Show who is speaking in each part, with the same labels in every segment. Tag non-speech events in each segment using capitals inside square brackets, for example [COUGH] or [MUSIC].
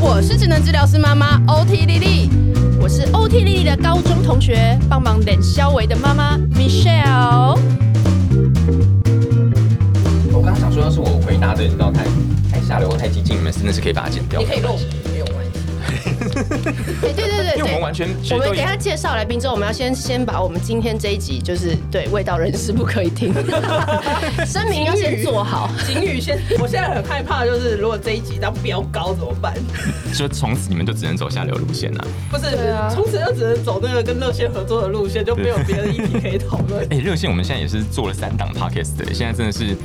Speaker 1: 我是职能治疗师妈妈 OT 丽丽，
Speaker 2: 我是 OT 丽丽的高中同学，帮忙冷肖维的妈妈 Michelle。
Speaker 3: 我刚刚想说，要是我回答的，你知道太太下流、太激进，你们真的是可以把它剪掉。
Speaker 1: 你可以跟我们没有关系。
Speaker 2: 哎，对对对
Speaker 3: 因为我们
Speaker 2: 对。
Speaker 3: 完全
Speaker 2: 我
Speaker 3: 谁
Speaker 2: 们
Speaker 3: 都
Speaker 2: 等一下介绍来宾之后，我们要先先把我们今天这一集就是对味道人士不可以
Speaker 3: [LAUGHS]
Speaker 2: 听，声明要先做好。
Speaker 4: [LAUGHS]
Speaker 1: 景宇先，我现在很害怕，就是如果这一集它飙高怎么办？
Speaker 3: 就从此你们就只能走下流路线了。
Speaker 1: 不是
Speaker 2: 对啊，
Speaker 1: 从、此就只能走那个跟热线合作的路线，就没有别的议题可以讨
Speaker 4: [LAUGHS]
Speaker 1: 论。
Speaker 3: 哎、热线我们现在也是做了三档 podcast，的现在真的是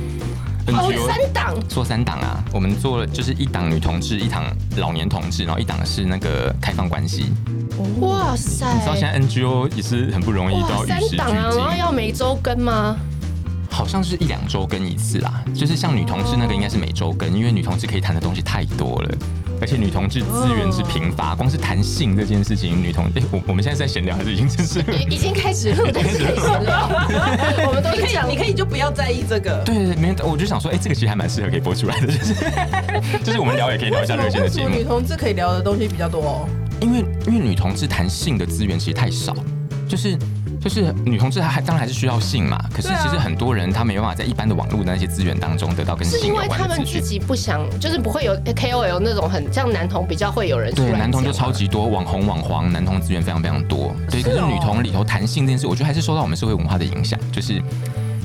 Speaker 3: 很
Speaker 2: 哦
Speaker 3: 久，
Speaker 2: 三档，
Speaker 3: 做三档啊。我们做了就是一档女同志，一档老年同志，然后一档是那个开放关系。
Speaker 2: 哇塞！
Speaker 3: 你知道现在 NGO 也是很不容易，都
Speaker 2: 哎
Speaker 3: 要
Speaker 2: 哇，
Speaker 3: 与
Speaker 2: 三
Speaker 3: 时俱
Speaker 2: 档啊，然后
Speaker 3: 进。
Speaker 2: 要每周更吗？
Speaker 3: 好像是一两周更一次啦，就是像女同志那个应该是每周更，因为女同志可以谈的东西太多了。而且女同志资源之贫乏，光是谈性这件事情，女同哎、我我们现在是在闲聊还是已经正式？
Speaker 2: 已已经开始录，但是可以闲聊。
Speaker 3: [LAUGHS]
Speaker 2: 我们都
Speaker 1: 你
Speaker 2: 是
Speaker 1: 可
Speaker 2: 这样
Speaker 4: 啊
Speaker 1: 以，你可以就不要在意这个。
Speaker 3: 对对对，没有，我就想说，哎、这个其实还蛮适合可以播出来的，就是 [LAUGHS] 就是我们聊也可以聊一下热线的
Speaker 4: 为什
Speaker 3: 节
Speaker 4: 么
Speaker 3: 目
Speaker 4: 女，同志可以聊的东西比较多、哦？
Speaker 3: 因为因为女同志谈性的资源其实太少，就是。就是女同志，她还当然还是需要性嘛。可是
Speaker 4: 对啊
Speaker 3: 其实很多人她没办法在一般的网络的那些资源当中得到跟
Speaker 2: 是
Speaker 3: 性
Speaker 2: 因
Speaker 3: 有
Speaker 2: 为
Speaker 3: 关
Speaker 2: 他
Speaker 3: 的
Speaker 2: 们
Speaker 3: 资
Speaker 2: 自
Speaker 3: 讯。
Speaker 2: 己不想，就是不会有 KOL 那种很像男同比较会有人出来
Speaker 3: 对，男同就
Speaker 2: 讲
Speaker 3: 超级多，网红、网黄，男同资源非常非常多。对，可是女同里头谈性这件事，我觉得还是受到我们社会文化的影响，就是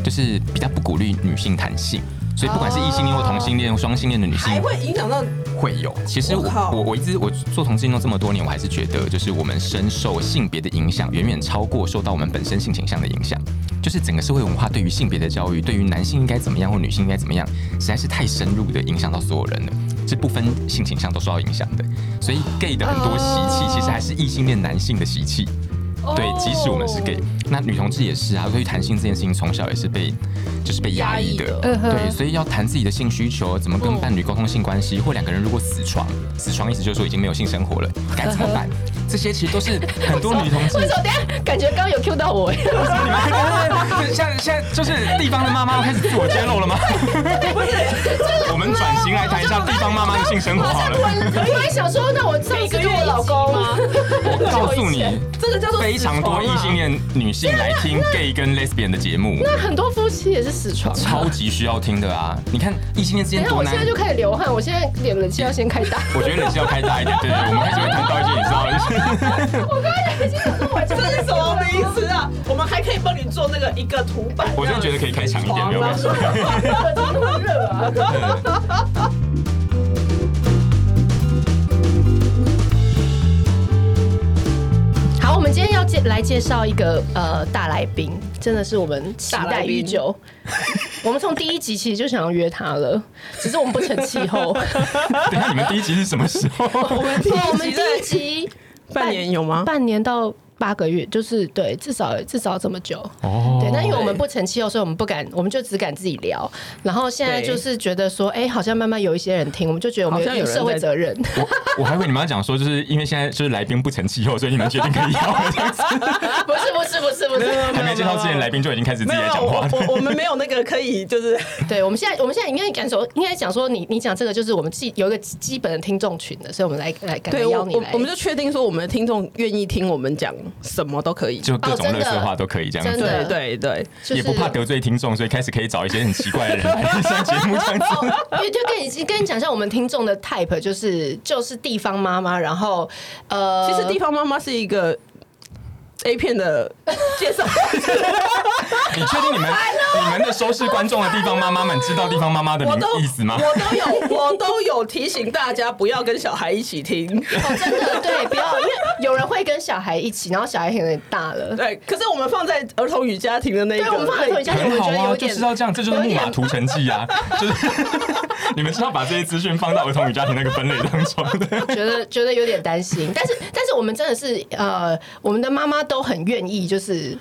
Speaker 3: 就是比较不鼓励女性谈性，所以不管是异性恋或同性恋、双性恋的女性
Speaker 1: 还，会影响到
Speaker 3: 会有。其实
Speaker 4: 我
Speaker 3: 我
Speaker 4: 靠
Speaker 3: 我我一直我做同志运动这么多年，我还是觉得，就是我们深受性别的影响，远远超过受到我们本身性倾向的影响。就是整个社会文化对于性别的教育，对于男性应该怎么样或女性应该怎么样，实在是太深入的影响到所有人了，是不分性倾向都受到影响的。所以 gay 的很多习气，其实还是异性恋男性的习气。对，即使我们是 gay，那女同志也是啊。所以谈性这件事情，从小也是被就是被压抑的。
Speaker 2: 嗯哼
Speaker 3: 对，所以要谈自己的性需求，怎么跟伴侣沟通性关系，或两个人如果死床，死床意思就是说已经没有性生活 [LAUGHS] 了，该怎么办？这些其实都是很多女同志 [LAUGHS]
Speaker 2: 为。什么？等一下感觉刚刚有 Q 到我，
Speaker 3: 你们看现在现在就是地方的妈妈开始自我揭露了吗？我们转型来谈一下地方妈妈的性生活好了。
Speaker 2: 我突然想说，那我上一次跟我老公吗？
Speaker 3: 我告诉你，
Speaker 1: [LAUGHS] 这个叫做
Speaker 3: 非常多
Speaker 1: 死
Speaker 3: 异
Speaker 1: 床啊
Speaker 3: 性恋女性来听 gay 跟 lesbian 的节目。
Speaker 2: 那很多夫妻也是死床。
Speaker 3: 超级需要听的啊！你看异性恋之
Speaker 2: 等一
Speaker 3: 间
Speaker 2: 下，
Speaker 3: 多
Speaker 2: 我
Speaker 3: 难
Speaker 2: 现在。就开始流汗，我现在脸冷气要先开大。
Speaker 3: 我觉得冷气要开大一点，对对，对我们开始会谈到一些你知道的事。
Speaker 1: [LAUGHS] 这是什么名词啊？我们还可以帮你做那个一个图板。
Speaker 3: 我真的觉得可以开强一点，没有关系。
Speaker 2: [LAUGHS]
Speaker 1: 啊
Speaker 2: 好，我们今天要介来介绍一个呃大来宾，真的是我们期
Speaker 1: 大来
Speaker 2: 待
Speaker 1: 宾
Speaker 2: 已久。 [LAUGHS] 我们从第一集其实就想要约他了，只是我们不成气候。
Speaker 3: [LAUGHS] 等一下你们第一集是什么时候？
Speaker 2: 哦 [LAUGHS] 我们第一集
Speaker 4: [LAUGHS] 半年有吗？
Speaker 2: 半年到八个月，就是对，至少至少这么久。
Speaker 3: 哦
Speaker 2: 对，那因为我们不成气候，所以我们不敢，我们就只敢自己聊。然后现在
Speaker 4: 对
Speaker 2: 就是觉得说，哎、好像慢慢有一些人听，我们就觉得我们
Speaker 4: 好像
Speaker 2: 有
Speaker 4: 有人
Speaker 2: 社会
Speaker 4: 在
Speaker 2: 责
Speaker 4: [LAUGHS]
Speaker 2: 任。
Speaker 3: 我我还以为你们要讲说，就是因为现在就是来宾不成气候，所以你们决定可以邀了。这样子
Speaker 2: 不是不是不是不是，
Speaker 3: 还没介绍之前，来宾就已经开始自
Speaker 4: 没
Speaker 3: 己
Speaker 4: 有，
Speaker 3: 来讲话
Speaker 4: 我
Speaker 3: 了。
Speaker 4: 我我们没有那个可以 [LAUGHS] 就是
Speaker 2: 对，我们现在我们现在应该敢说，应该讲说你你讲这个就是我们基有一个基本的听众群的，所以我们来来敢
Speaker 4: 对
Speaker 2: 邀
Speaker 4: 我
Speaker 2: 你
Speaker 4: 我
Speaker 2: 来，
Speaker 4: 我们就确定说我们的听众愿意听我们讲什么都可以。
Speaker 3: 就各
Speaker 2: 哦
Speaker 3: 种
Speaker 2: 真
Speaker 3: 乐
Speaker 2: 的
Speaker 3: 色话都可以这样
Speaker 2: 真
Speaker 3: 子，
Speaker 2: 的
Speaker 4: 对对对，
Speaker 2: 就是
Speaker 3: 也不怕得罪听众，所以开始可以找一些很奇怪的人来上节目这样子。
Speaker 2: 因哦为就跟你跟你讲一下，我们听众的 type 就是就是地方妈妈，然后呃，
Speaker 4: 其实地方妈妈是一个 A 片的介绍，
Speaker 3: 你确定你
Speaker 2: [LAUGHS]
Speaker 3: 们
Speaker 2: 哎
Speaker 3: 你们的收视观众的啊地方妈妈们知道地方妈妈的
Speaker 4: [LAUGHS] 我都
Speaker 3: 名意思吗？
Speaker 4: 我都有我都有提醒大家不要跟小孩一起 [LAUGHS] 听。
Speaker 2: 哦真的 [LAUGHS] 对，不要，因为有人会跟小孩一起，然后小孩可能大
Speaker 4: [LAUGHS]
Speaker 2: 了，
Speaker 4: 对，可是我们放在儿童与家庭的那个，
Speaker 2: 对，我们放在同一家，我
Speaker 3: 很好
Speaker 2: 觉得
Speaker 3: 啊，
Speaker 2: 有
Speaker 3: 就是
Speaker 2: 点。
Speaker 3: 要这样，这就是木马屠城记啊，就是 [LAUGHS] 你们知道把这些资讯放到儿童与家庭那个分类当中的。
Speaker 2: 觉得觉得有点担心，但是但是我们真的是呃，我们的妈妈都很愿意，就是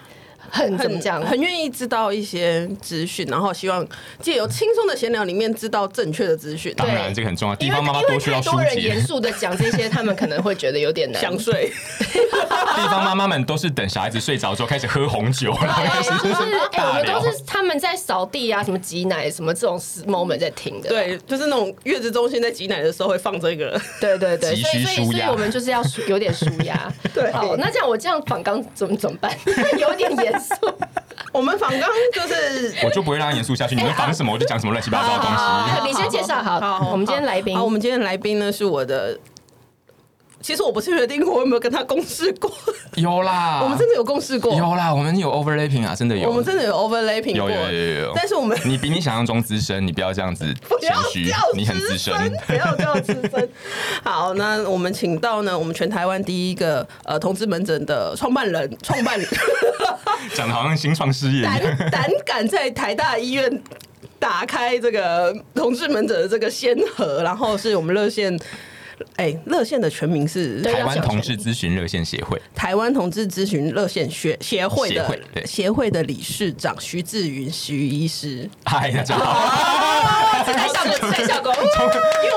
Speaker 2: 很怎么
Speaker 4: 很
Speaker 2: 讲，
Speaker 4: 很愿意知道一些资讯，然后希望借由轻松的闲聊里面知道正确的资讯。
Speaker 3: 当然这个很重要，地
Speaker 2: 因为
Speaker 3: 方妈妈
Speaker 2: 因
Speaker 3: 多
Speaker 2: 为
Speaker 3: 需要
Speaker 2: 太
Speaker 3: 疏
Speaker 2: 多人严
Speaker 3: 解，
Speaker 2: 肃的讲这些，他们可能会觉得有点难。
Speaker 4: 想睡，
Speaker 3: [LAUGHS] 地方妈妈们都是等小孩子睡着之后开始喝红酒，然后开始
Speaker 2: 对，就是哎，我
Speaker 3: 大
Speaker 2: 们
Speaker 3: 聊
Speaker 2: 都。是他们在扫地啊，什么挤奶，什么这种 moment 在听的。
Speaker 4: 对，就是那种月子中心在挤奶的时候会放这个。
Speaker 2: 对对对，
Speaker 3: 急
Speaker 2: 所以
Speaker 3: 需
Speaker 2: 所以
Speaker 3: 舒
Speaker 2: 所以
Speaker 3: 压
Speaker 2: 我们就是要舒有点舒压。
Speaker 4: [LAUGHS] 对
Speaker 2: 好，那这样我这样反刚怎么怎么办？ [LAUGHS] 有点严肃。
Speaker 4: [LAUGHS] 我们访刚就是
Speaker 3: 我就不会让他严肃下去，你们防什么我就讲什么乱七八糟的东
Speaker 2: 啊
Speaker 4: 好
Speaker 3: 西。
Speaker 4: [LAUGHS] 好
Speaker 2: 你先介绍好，我们今天来宾
Speaker 4: 好，，我们今天的来宾呢是我的。其实我不确定我有没有跟他共事过，
Speaker 3: 有啦，
Speaker 4: 我们真的有共事过，
Speaker 3: 啊有啦，我们有 overlapping 啊，真的有，
Speaker 4: 我们真的有 overlapping
Speaker 3: 有
Speaker 4: 过，
Speaker 3: 有有有有。
Speaker 4: 但是我们
Speaker 3: 你比你想象中资深，你不要这样子
Speaker 4: 不
Speaker 3: 谦
Speaker 4: 要
Speaker 3: 虚
Speaker 4: 这样，
Speaker 3: 你很资深。
Speaker 4: 不要这样资
Speaker 3: [LAUGHS]
Speaker 4: 深。好，那我们请到呢，我们全台湾第一个呃同志门诊的创办人，创
Speaker 3: [LAUGHS]
Speaker 4: 办人
Speaker 3: 讲的好像新创事业一样。
Speaker 4: 胆胆敢在台大医院。打开这个同志门诊的这个先河，然后是我们热线，哎、热线的全名是
Speaker 2: 对
Speaker 3: 台湾同志咨询热线协会，
Speaker 4: 台湾同志咨询热线学协会
Speaker 3: 协
Speaker 4: 的
Speaker 3: 会对
Speaker 4: 协会的理事长徐志云徐医师，
Speaker 3: 嗨，大家好。
Speaker 4: [LAUGHS]
Speaker 2: 自带效果，自带效果。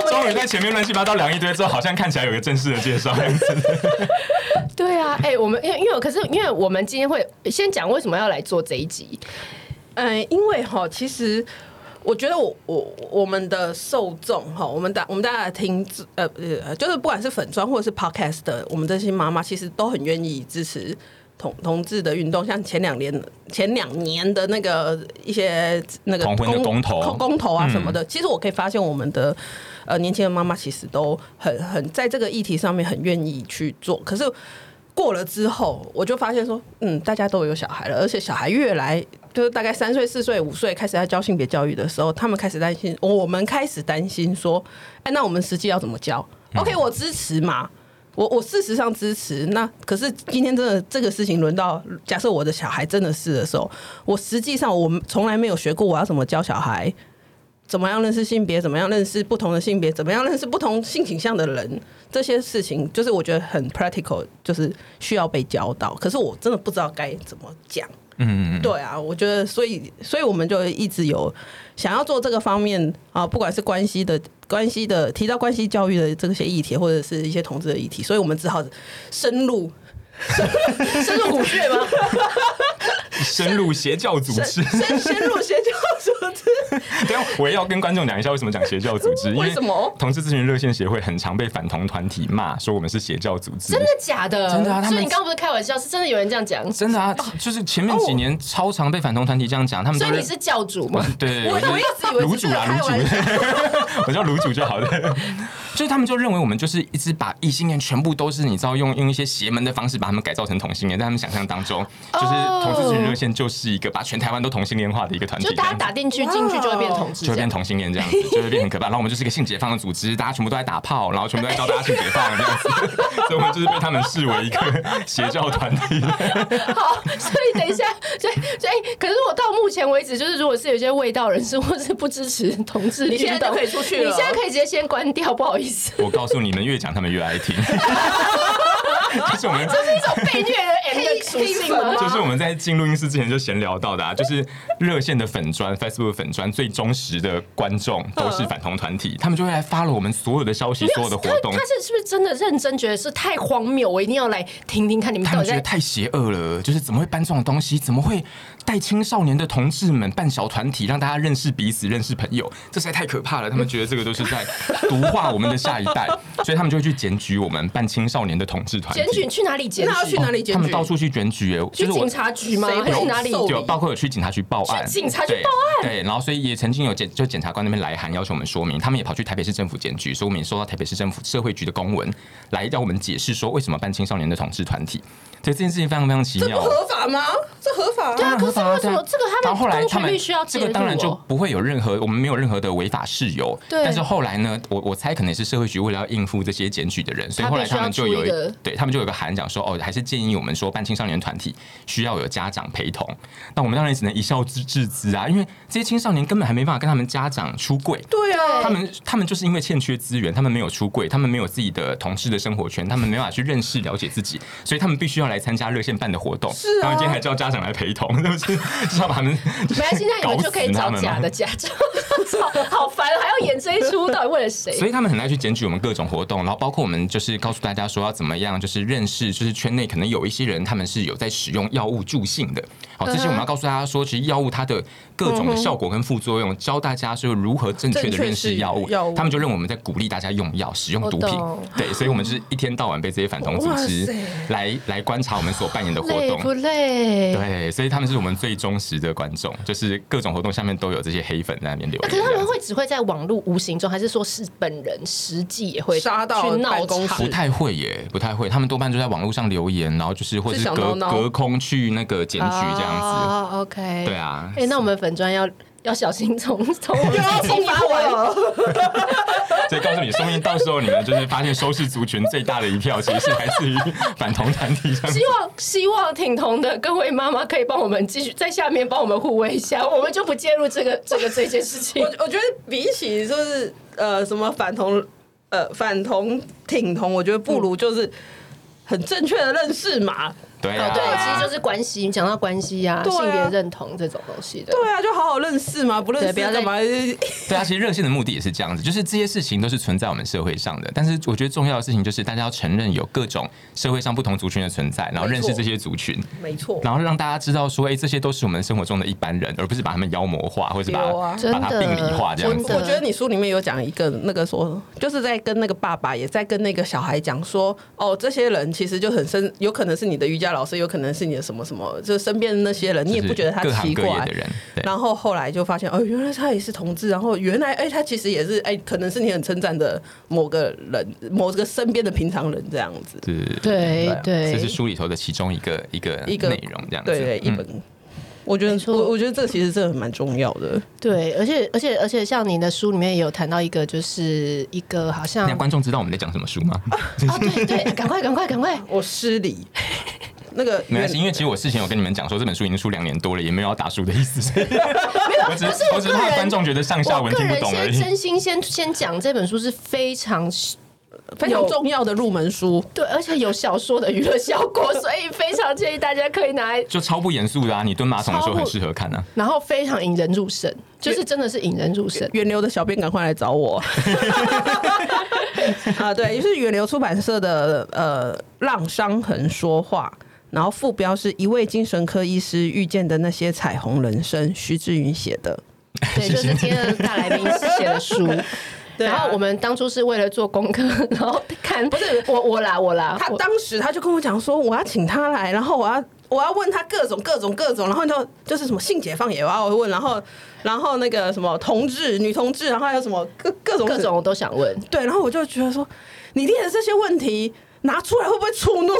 Speaker 3: 终于在前面乱七八糟聊一堆之后，好像看起来有个正式的介绍。
Speaker 2: 对啊，哎，我们因为因为可是因为我们今天会先讲为什么要来做这一集，
Speaker 4: 嗯，因为哈，其实我觉得我我我们的受众哈，我们大我们大家的听呃呃，就是不管是粉砖或者是 podcast 的，我们这些妈妈其实都很愿意支持。同同志的运动，像前两年前两年的那个一些那个
Speaker 3: 同婚的公投
Speaker 4: 公公投啊什么的，其实我可以发现我们的呃年轻的妈妈其实都很很在这个议题上面很愿意去做，可是过了之后，我就发现说，嗯，大家都有小孩了，而且小孩越来就是大概三岁、四岁、五岁开始在教性别教育的时候，他们开始担心，我们开始担心说，哎，那我们实际要怎么教？OK，我支持嘛。我我事实上支持，那可是今天真的这个事情轮到，假设我的小孩真的是的时候，我实际上我们从来没有学过我要怎么教小孩，怎么样认识性别，怎么样认识不同的性别，怎么样认识不同性倾向的人，这些事情就是我觉得很 practical，就是需要被教导。可是我真的不知道该怎么讲。
Speaker 3: 嗯，
Speaker 4: 对啊，我觉得，所以，所以我们就一直有想要做这个方面啊，不管是关系的、关系的提到关系教育的这些议题，或者是一些同志的议题，所以我们只好深入 [LAUGHS]
Speaker 2: 深入骨穴吗？
Speaker 3: 深入邪教组织。
Speaker 4: 深深入邪教组织。
Speaker 3: [LAUGHS] 等一下我也要跟观众讲一下为什么讲邪教组织，因
Speaker 4: 为什么
Speaker 3: 同志咨询热线协会很常被反同团体骂，说我们是邪教组织。
Speaker 2: 真的假的？
Speaker 3: 真的啊他们
Speaker 2: 所以你刚刚不是开玩笑，是真的有人这样讲？
Speaker 3: 真的
Speaker 4: 哦
Speaker 3: 啊，就是前面几年超常被反同团体这样讲，他们
Speaker 2: 所
Speaker 3: 都
Speaker 2: 以你是教主
Speaker 3: 我
Speaker 2: 吗？
Speaker 3: 对，
Speaker 4: 我
Speaker 3: 是
Speaker 4: 我一直以为
Speaker 3: 卤煮
Speaker 4: 是在
Speaker 3: 啦，
Speaker 4: 开
Speaker 3: 卤
Speaker 4: 玩
Speaker 3: 煮， [LAUGHS] 我叫卤煮就好了。 [LAUGHS] 就是他们就认为我们就是一直把异性恋全部都是你知道用用一些邪门的方式把他们改造成同性恋，在他们想象当中，就是
Speaker 4: 哦
Speaker 3: 同志咨询热线就是一个把全台湾都同性恋化的一个团体
Speaker 2: 就
Speaker 3: 这样子，
Speaker 2: 大家打进去进去就会变同志
Speaker 3: 就
Speaker 2: 这
Speaker 3: 会变
Speaker 2: 样，
Speaker 3: 同性恋这样子，就会变很可怕。然后我们就是一个性解放的组织，大家全部都在打炮，然后全部都在教大家性解放这样子，所以我们就是被他们视为一个邪教团体。
Speaker 2: [LAUGHS] 好，所以等一下，所以所以，可是我到目前为止，就是如果是有些味道人士或是不支持同志运动，
Speaker 4: 你现在就可以出去了
Speaker 2: 你现在可以直接先关掉，不好意思，
Speaker 3: 我告诉你们，越讲他们越爱
Speaker 2: [LAUGHS]
Speaker 3: 听，就是我们
Speaker 2: 这
Speaker 4: 哦
Speaker 2: 种被虐 [LAUGHS] 的 M 的属性吗？
Speaker 3: 就是我们在进录音室之前就闲聊到的、啊，就是热线的粉砖、Facebook 粉砖最忠实的观众都是反同团体，他们就会来发了我们所有的消息、所有的活动
Speaker 2: 嗯他，是是不是真的认真觉得是太荒谬？我一定要来听听看你们
Speaker 3: 他
Speaker 2: 到
Speaker 3: 们
Speaker 2: 底
Speaker 3: 觉得
Speaker 2: 在。
Speaker 3: 太邪恶了，就是怎么会搬这种东西？怎么会带青少年的同志们办小团体，让大家认识彼此、认识朋友？这实在太可怕了！他们觉得这个都是在毒化我们的下一代，所以他们就会去检举我们办青少年的同志团体。哦
Speaker 2: 检举去哪里检
Speaker 4: 那要去
Speaker 2: 举？
Speaker 4: 哪里检
Speaker 3: 他们
Speaker 4: 举？
Speaker 3: 到处去检举、欸，
Speaker 2: 去
Speaker 3: 就是我
Speaker 2: 警察局吗？
Speaker 4: 谁
Speaker 2: 还是
Speaker 4: 有
Speaker 2: 哪里？
Speaker 4: 受
Speaker 3: 有包括有去警察局报案，
Speaker 2: 去警察局
Speaker 3: 对
Speaker 2: 报
Speaker 3: 对然后所以也曾经有检就检察官那边来函要求我们说明，他们也跑去台北市政府检举，所以我们也收到台北市政府社会局的公文来要我们解释说为什么办青少年的统治团体，所以这件事情非常非常奇
Speaker 4: 这
Speaker 3: 妙哦
Speaker 4: 不。合法吗？这合法、
Speaker 2: 对
Speaker 4: 啊。
Speaker 2: 啊，可是为什
Speaker 3: 对
Speaker 2: 么
Speaker 3: 啊
Speaker 2: 这个他
Speaker 3: 然
Speaker 2: 们
Speaker 3: 后后来
Speaker 2: 公
Speaker 3: 他
Speaker 2: 权
Speaker 3: 们
Speaker 2: 力需要介
Speaker 3: 这
Speaker 2: 入哦？
Speaker 3: 个当然就不会有任何我们没有任何的违法事由，
Speaker 2: 对
Speaker 3: 但是后来呢，我我猜可能是社会局为了要应付这些检举的人，所以
Speaker 2: 他
Speaker 3: 后来
Speaker 2: 必须
Speaker 3: 他
Speaker 2: 要
Speaker 3: 们就
Speaker 2: 出
Speaker 3: 有
Speaker 2: 一个
Speaker 3: 对他们就有个函讲说哦，还是建议我们说办青少年团体需要有家长陪同，那我们当然只能一笑置置之啊，因为这些青少年根本还没办法跟他们家长出柜。
Speaker 4: 对啊，
Speaker 3: 他们他们就是因为欠缺资源，他们没有出柜，他们没有自己的同志的生活圈，他们没办法去认识了解自己，所以他们必须要来参加热线办的活动。
Speaker 4: 是啊
Speaker 3: 他们今天还叫家长来陪同，是不是？ [LAUGHS] 至少把他们
Speaker 2: 没关系，那你
Speaker 3: 搞
Speaker 2: 们
Speaker 3: 死
Speaker 2: 就可以找
Speaker 3: 他们
Speaker 2: 假
Speaker 3: 嘛
Speaker 2: 的假照，操好烦，还要演这一出，到底为了谁？
Speaker 3: 所以他们很爱去检举我们各种活动，然后包括我们就是告诉大家说要怎么样，就是认识，就是圈内可能有一些人他们是有在使用药物助兴的。好，这些我们要告诉大家说，其实药物它的各种的效果跟副作用，教大家说如何正确的认识药
Speaker 4: 正
Speaker 3: 物
Speaker 4: 确是药物。
Speaker 3: 他们就认为我们在鼓励大家用药、使用毒品
Speaker 2: 我懂。
Speaker 3: 对，所以我们就是一天到晚被这些反同组织
Speaker 4: 哇塞
Speaker 3: 来来观察我们所扮演的活
Speaker 2: 累 [LAUGHS]
Speaker 3: 动。
Speaker 2: 不累？
Speaker 3: 对，所以他们是我们最忠实的观众，就是各种活动下面都有这些黑粉在那边留
Speaker 2: 那
Speaker 3: 言。
Speaker 2: 啊可是他
Speaker 3: 这样
Speaker 2: 们
Speaker 3: 子
Speaker 2: 会只会在网络无形中，还是说是本人实际也会
Speaker 4: 杀到
Speaker 2: 去闹
Speaker 4: 办公
Speaker 2: 场
Speaker 4: 室
Speaker 3: 不太会耶，不太会。他们多半就在网络上留言，然后就是或者
Speaker 4: 是
Speaker 3: 是
Speaker 4: 小
Speaker 3: 隔
Speaker 4: 闹闹
Speaker 3: 隔空去那个检举这样子。
Speaker 2: 哦，OK，
Speaker 3: 对。啊，
Speaker 2: 哎，那我们粉砖要要小心从从
Speaker 4: [LAUGHS]
Speaker 2: 我们这
Speaker 4: 重
Speaker 2: 一
Speaker 4: 发完，
Speaker 3: 所以告诉你，说不定到时候你们就是发现收视族群最大的一票，其实是来自于反同团体上面。
Speaker 2: 希望希望挺同的各位妈妈可以帮我们继续在下面帮我们护卫一下，我们就不介入这个 [LAUGHS] 这个这件事情
Speaker 4: 我。 [LAUGHS] 我觉得比起就是呃什么反同呃反同挺同，我觉得不如就是很正确的认识嘛。
Speaker 3: 对
Speaker 2: 哦
Speaker 3: 啊，，
Speaker 2: 对，其实就是关系，讲到关系呀、
Speaker 4: 对啊
Speaker 2: 性别认同这种东西的。
Speaker 4: 对啊，就好好认识嘛，不认
Speaker 2: 对
Speaker 4: 识
Speaker 2: 不要再
Speaker 4: 干嘛？
Speaker 3: 对啊，其实热线的目的也是这样子，就是这些事情都是存在我们社会上的。但是我觉得重要的事情就是大家要承认有各种社会上不同族群的存在，然后认识这些族群。
Speaker 4: [LAUGHS] 没错，
Speaker 3: 然后让大家知道说，哎、这些都是我们生活中的一般人，而不是把他们妖魔化，或是把、
Speaker 4: 有啊
Speaker 3: 把它
Speaker 2: 真的
Speaker 3: 病理化这样
Speaker 2: 真
Speaker 3: 子
Speaker 2: 的。
Speaker 4: 我觉得你书里面有讲一个那个说，就是在跟那个爸爸，也在跟那个小孩讲说，哦，这些人其实就很深，有可能是你的瑜伽老师，有可能是你的什么什么，就身边的那些人，你也
Speaker 3: 就是
Speaker 4: 不觉得他
Speaker 3: 各行
Speaker 4: 奇
Speaker 3: 各业
Speaker 4: 怪
Speaker 3: 的。人，对。
Speaker 4: 然后后来就发现，哦，原来他也是同志，然后原来，哎，他其实也是，哎，可能是你很称赞的某个人，某个身边的平常人这样子。
Speaker 3: 对对啊
Speaker 2: 对
Speaker 3: 这是
Speaker 2: 对，
Speaker 3: 书里头的其中一个一个
Speaker 4: 一个
Speaker 3: 内容，这样子。
Speaker 4: 对对，一
Speaker 3: 嗯
Speaker 4: 本，我觉
Speaker 2: 没
Speaker 4: 得
Speaker 2: 错
Speaker 4: 我我觉得这其实真的蛮重要的。
Speaker 2: 对，而且而且而且，像你的书里面也有谈到一个，就是一个好像
Speaker 3: 那观众知道我们在讲什么书吗？
Speaker 2: 哦，对对， [LAUGHS] 赶快赶快赶快，
Speaker 4: 我失礼， [LAUGHS] 那个
Speaker 3: 没关系，因为其实我事前有跟你们讲说这本书已经出两年多了，也没有要打书的意思，所以我只
Speaker 2: 可是我
Speaker 3: 我只是怕
Speaker 2: 个人
Speaker 3: 观众觉得上下
Speaker 2: 我
Speaker 3: 文
Speaker 2: 个
Speaker 3: 听不
Speaker 2: 人
Speaker 3: 懂而
Speaker 2: 先
Speaker 3: 已。
Speaker 2: 真心先先讲这本书是非常
Speaker 4: 非常
Speaker 2: 有
Speaker 4: 重要的入门书。
Speaker 2: 对，而且有小说的娱乐效果，所以非常建议大家可以拿来，
Speaker 3: 就超不严肃的啊！你蹲马桶的时候
Speaker 2: 超不
Speaker 3: 很适合看啊。
Speaker 2: 然后非常引人入胜，就是真的是引人入
Speaker 4: [LAUGHS]
Speaker 2: 胜。
Speaker 4: 源流的小编赶快来
Speaker 2: [LAUGHS]
Speaker 4: 找我。啊，对，就是源流出版社的呃，让伤痕说话。然后副标是一位精神科医师遇见的那些彩虹人生，徐志云写的。
Speaker 2: 对，就是今天的大来宾写的书。
Speaker 4: 对啊
Speaker 2: 然后我们当初是为了做功课，然后看不是我我啦我啦，
Speaker 4: 他
Speaker 2: 啊我
Speaker 4: 当时他就跟我讲说，我要请他来，然后我要我要问他各种各种各种，然后就就是什么性解放也我要问，然后然后那个什么同志、女同志，然后还有什么各各种
Speaker 2: 各种我都想问，
Speaker 4: 对，然后我就觉得说，你列的这些问题拿出来会不会触怒？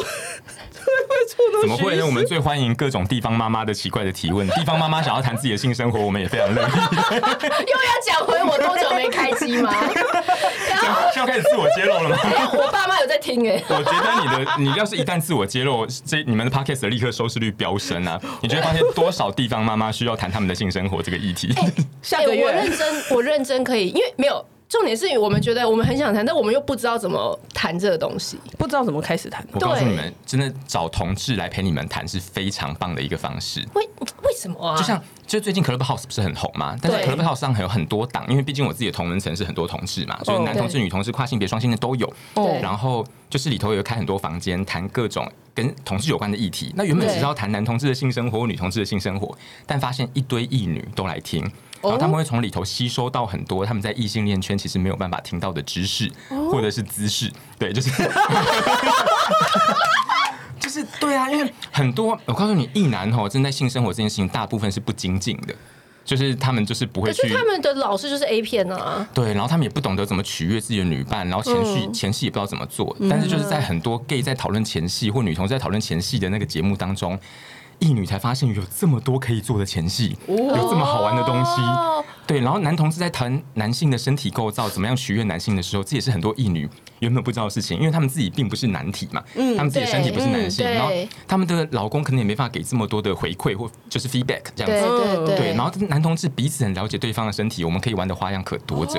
Speaker 4: 会不会触怒？
Speaker 3: 怎么会呢？我们最欢迎各种地方妈妈的奇怪的提问。地方妈妈想要谈自己的性生活，我们也非常乐意。 [LAUGHS]
Speaker 2: 又要讲回我多久没开机吗？然
Speaker 3: 这
Speaker 2: 后
Speaker 3: 样是要开始自我揭露了吗？
Speaker 2: 我爸妈有在听哎、
Speaker 3: 我觉得你的，你要是一旦自我揭露，这你们的 podcast 的立刻收视率飙升啊！你就会发现多少地方妈妈需要谈他们的性生活这个议题。
Speaker 4: 下个
Speaker 2: 欸我
Speaker 4: 月
Speaker 2: 认真，我认真可以，因为没有重点是我们觉得我们很想谈，但我们又不知道怎么谈这个东西。
Speaker 4: 不知道怎么开始谈。
Speaker 3: 我告诉你们，真的找同志来陪你们谈是非常棒的一个方式。
Speaker 2: 为为什么啊？
Speaker 3: 就像，就最近 Clubhouse 不是很红嘛？但是
Speaker 2: 对
Speaker 3: Clubhouse 上还有很多档，因为毕竟我自己的同人层是很多同志嘛，就是男同志、
Speaker 2: 哦对
Speaker 3: 女同志、跨性别、双性恋都有。
Speaker 2: 对
Speaker 3: 然后就是里头有开很多房间，谈各种跟同志有关的议题。那原本只是要谈男同志的性生活或女同志的性生活，但发现一堆异女都来听。
Speaker 2: 哦
Speaker 3: 然后他们会从里头吸收到很多他们在异性恋圈其实没有办法听到的知识，
Speaker 2: 哦
Speaker 3: 或者是姿势，对，就是就是对啊，因为很多我告诉你，异男吼，真的在性生活这件事情，大部分是不精进的，就是他们就是不
Speaker 2: 可
Speaker 3: 会
Speaker 2: 是
Speaker 3: 去
Speaker 2: 他们的老师就是 A 片啊，
Speaker 3: 对，然后他们也不懂得怎么取悦自己的女伴，然后前戏、
Speaker 2: 嗯
Speaker 3: 前戏也不知道怎么做，但是就是在很多 gay 在讨论前戏或女同志在讨论前戏的那个节目当中。一女才发现有这么多可以做的前戏，有这么好玩的东西。
Speaker 2: 哦
Speaker 3: 对，然后男同志在谈男性的身体构造，怎么样取悦男性的时候，这也是很多异女原本不知道的事情，因为他们自己并不是男体嘛，他们自己的身体不是男
Speaker 2: 嗯
Speaker 3: 性，
Speaker 2: 对嗯
Speaker 3: 然后
Speaker 2: 对
Speaker 3: 他们的老公可能也没办法给这么多的回馈或就是 feedback 这样
Speaker 2: 对。对
Speaker 3: 子
Speaker 4: 嗯
Speaker 2: 对，
Speaker 3: 对，然后男同志彼此很了解对方的身体，我们可以
Speaker 2: 哦
Speaker 3: 玩的花样可多着。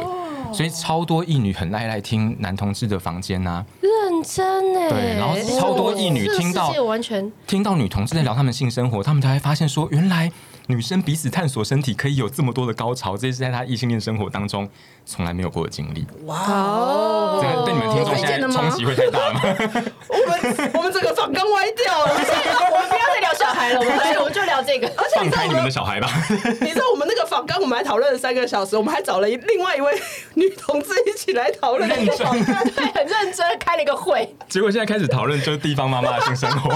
Speaker 3: 所以超多异女很爱来听男同志的房间呐、啊
Speaker 2: 认真哎，
Speaker 3: 对然后超多异女
Speaker 2: 这个
Speaker 3: 听到
Speaker 2: 世界完全
Speaker 3: 听到女同志在聊她们性生活，她们才会发现说，原来女生彼此探索身体可以有这么多的高潮，这是在她异性恋生活当中从来没有过的经历。
Speaker 2: 哦
Speaker 3: 这个对你们听众现在冲击会太
Speaker 2: [LAUGHS]
Speaker 3: 大吗？
Speaker 4: 我们 [LAUGHS] 我们整个仿刚歪掉了。
Speaker 2: 我们不要再聊小
Speaker 3: [LAUGHS]
Speaker 2: 孩了，我们来，我们就聊这个。
Speaker 4: 而且
Speaker 3: 放
Speaker 4: 你知道
Speaker 3: 开
Speaker 4: 我
Speaker 3: 你们的
Speaker 4: 们，
Speaker 3: 小孩吧！
Speaker 4: 你知道我们那个访刚，我们还讨论了三个小时，我们还找了一另外一位女同志一起来讨论。
Speaker 3: 认真，
Speaker 2: 对，很认真开了一个会。
Speaker 3: [LAUGHS] 结果现在开始讨论就是地方妈妈的性生
Speaker 2: [LAUGHS]
Speaker 3: 活，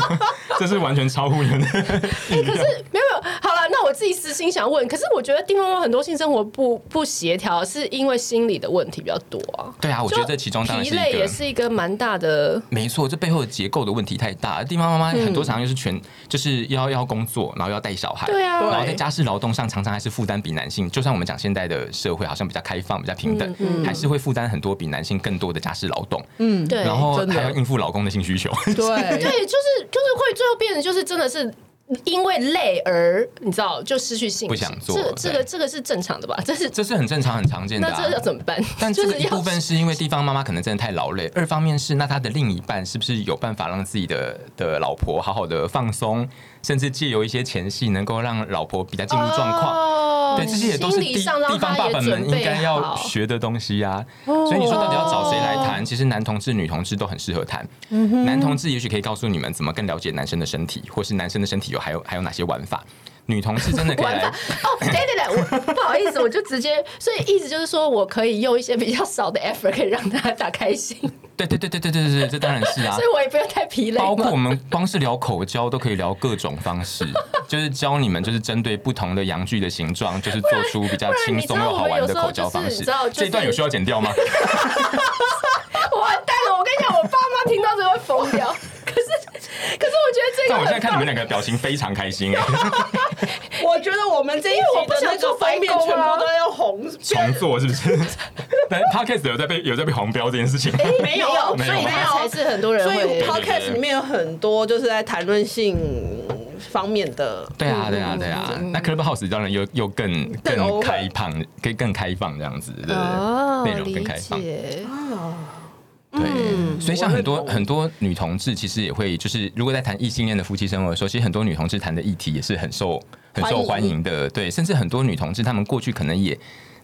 Speaker 3: 这是完全超乎你们的。
Speaker 2: 可是没有没有，好了，那我自己私心想问，可是我觉得地方妈很多性生活不不协调，是因为心理的问题比较多啊。
Speaker 3: 对啊，我
Speaker 2: 我
Speaker 3: 觉得这其中当然
Speaker 2: 疲
Speaker 3: 是一
Speaker 2: 累也
Speaker 3: 个。
Speaker 2: 是一个蛮大的，
Speaker 3: 没错，这背后的结构的问题太大。地方妈妈很多常常就是全、就是要要工作，然后要带小孩，
Speaker 2: 嗯对啊
Speaker 3: 然后在家事劳动上常常还是负担比男性。就算我们讲现代的社会好像比较开放、比较平等，还是会负担很多比男性更多的家事劳动，
Speaker 4: 嗯，
Speaker 2: 嗯对，
Speaker 3: 然后
Speaker 4: 真的
Speaker 3: 还要应付老公的性需求。 [LAUGHS]
Speaker 2: [LAUGHS] 对，
Speaker 4: 对，
Speaker 2: 就是就是会最后变成就是真的是。因为累而你知道就失去性
Speaker 3: 不想做
Speaker 2: 这个这
Speaker 3: 对
Speaker 2: 个这个是正常的吧？这是
Speaker 3: 这是很正常、很常见的、
Speaker 2: 那
Speaker 3: 啊。
Speaker 2: 这要怎么办？
Speaker 3: 但
Speaker 2: 就
Speaker 3: 这个
Speaker 2: 是
Speaker 3: 一
Speaker 2: 要
Speaker 3: 部分是因为地方妈妈可能真的太劳累，二方面是那她的另一半是不是有办法让自己的的老婆好好的放松，甚至借由一些前戏能够让老婆比较进入状况。
Speaker 2: 哦
Speaker 3: 对，这些也都是
Speaker 2: 心
Speaker 3: 地
Speaker 2: 理上让
Speaker 3: 地方
Speaker 2: 大家
Speaker 3: 爸
Speaker 2: 也
Speaker 3: 爸们
Speaker 2: 准
Speaker 3: 应
Speaker 2: 备
Speaker 3: 该
Speaker 2: 好
Speaker 3: 要学的东西啊。所以你说到底要找谁来谈？其实男同志、女同志都很适合谈。男同志也许可以告诉你们怎么更了解男生的身体，或是男生的身体有还有还有哪些玩法。女同志真的可
Speaker 2: [LAUGHS]
Speaker 3: 以
Speaker 2: 玩
Speaker 3: 来
Speaker 2: 法。哦，对对对，我不好意思，我就直接，所以意思就是说我可以用一些比较少的 effort 可以让大家开心，
Speaker 3: 对对对对对对对对，这当然是
Speaker 2: [LAUGHS]
Speaker 3: 啊。
Speaker 2: 所以我也不要太疲累嘛。
Speaker 3: 包括我们光是聊口交都可以聊各种方式， [LAUGHS] 就是教你们就是针对不同的阳具的形状，就是做出比较轻松又好玩的口交方式。
Speaker 2: 不然你知道我们有时候就是你知道就是
Speaker 3: 这一段有需要剪
Speaker 2: [LAUGHS]
Speaker 3: 掉吗？
Speaker 2: 完蛋了！我跟你讲，我爸妈听到这会疯掉。可是，可是我觉得这个
Speaker 3: 但我现在
Speaker 2: 很
Speaker 3: 看你
Speaker 2: 棒
Speaker 3: 们。两个表情非常开心哎、
Speaker 4: 我觉得我们这一集的那个封面全部都要红，
Speaker 3: 重做是不是？ [LAUGHS] 但 podcast 有在被有在被黄标这件事情，
Speaker 4: 没有，
Speaker 2: 有，
Speaker 3: 没有
Speaker 2: 所以
Speaker 3: 没
Speaker 4: 有
Speaker 2: 他才是很多人
Speaker 4: 所以
Speaker 2: 会
Speaker 4: podcast 里面有很多就是在谈论性方面的。
Speaker 3: [LAUGHS] 对啊对啊对啊。那 Clubhouse 当然又又更
Speaker 4: 更
Speaker 3: 更
Speaker 4: open
Speaker 3: 开放，更更开放这样子，对对
Speaker 2: 哦
Speaker 3: 呃对，内容更开放。对，所以像很多很多女同志其实也会，就是如果在谈异性恋的夫妻生活的时候，其实很多女同志谈的议题也是很受很受欢迎的。对，甚至很多女同志她们过去可能也。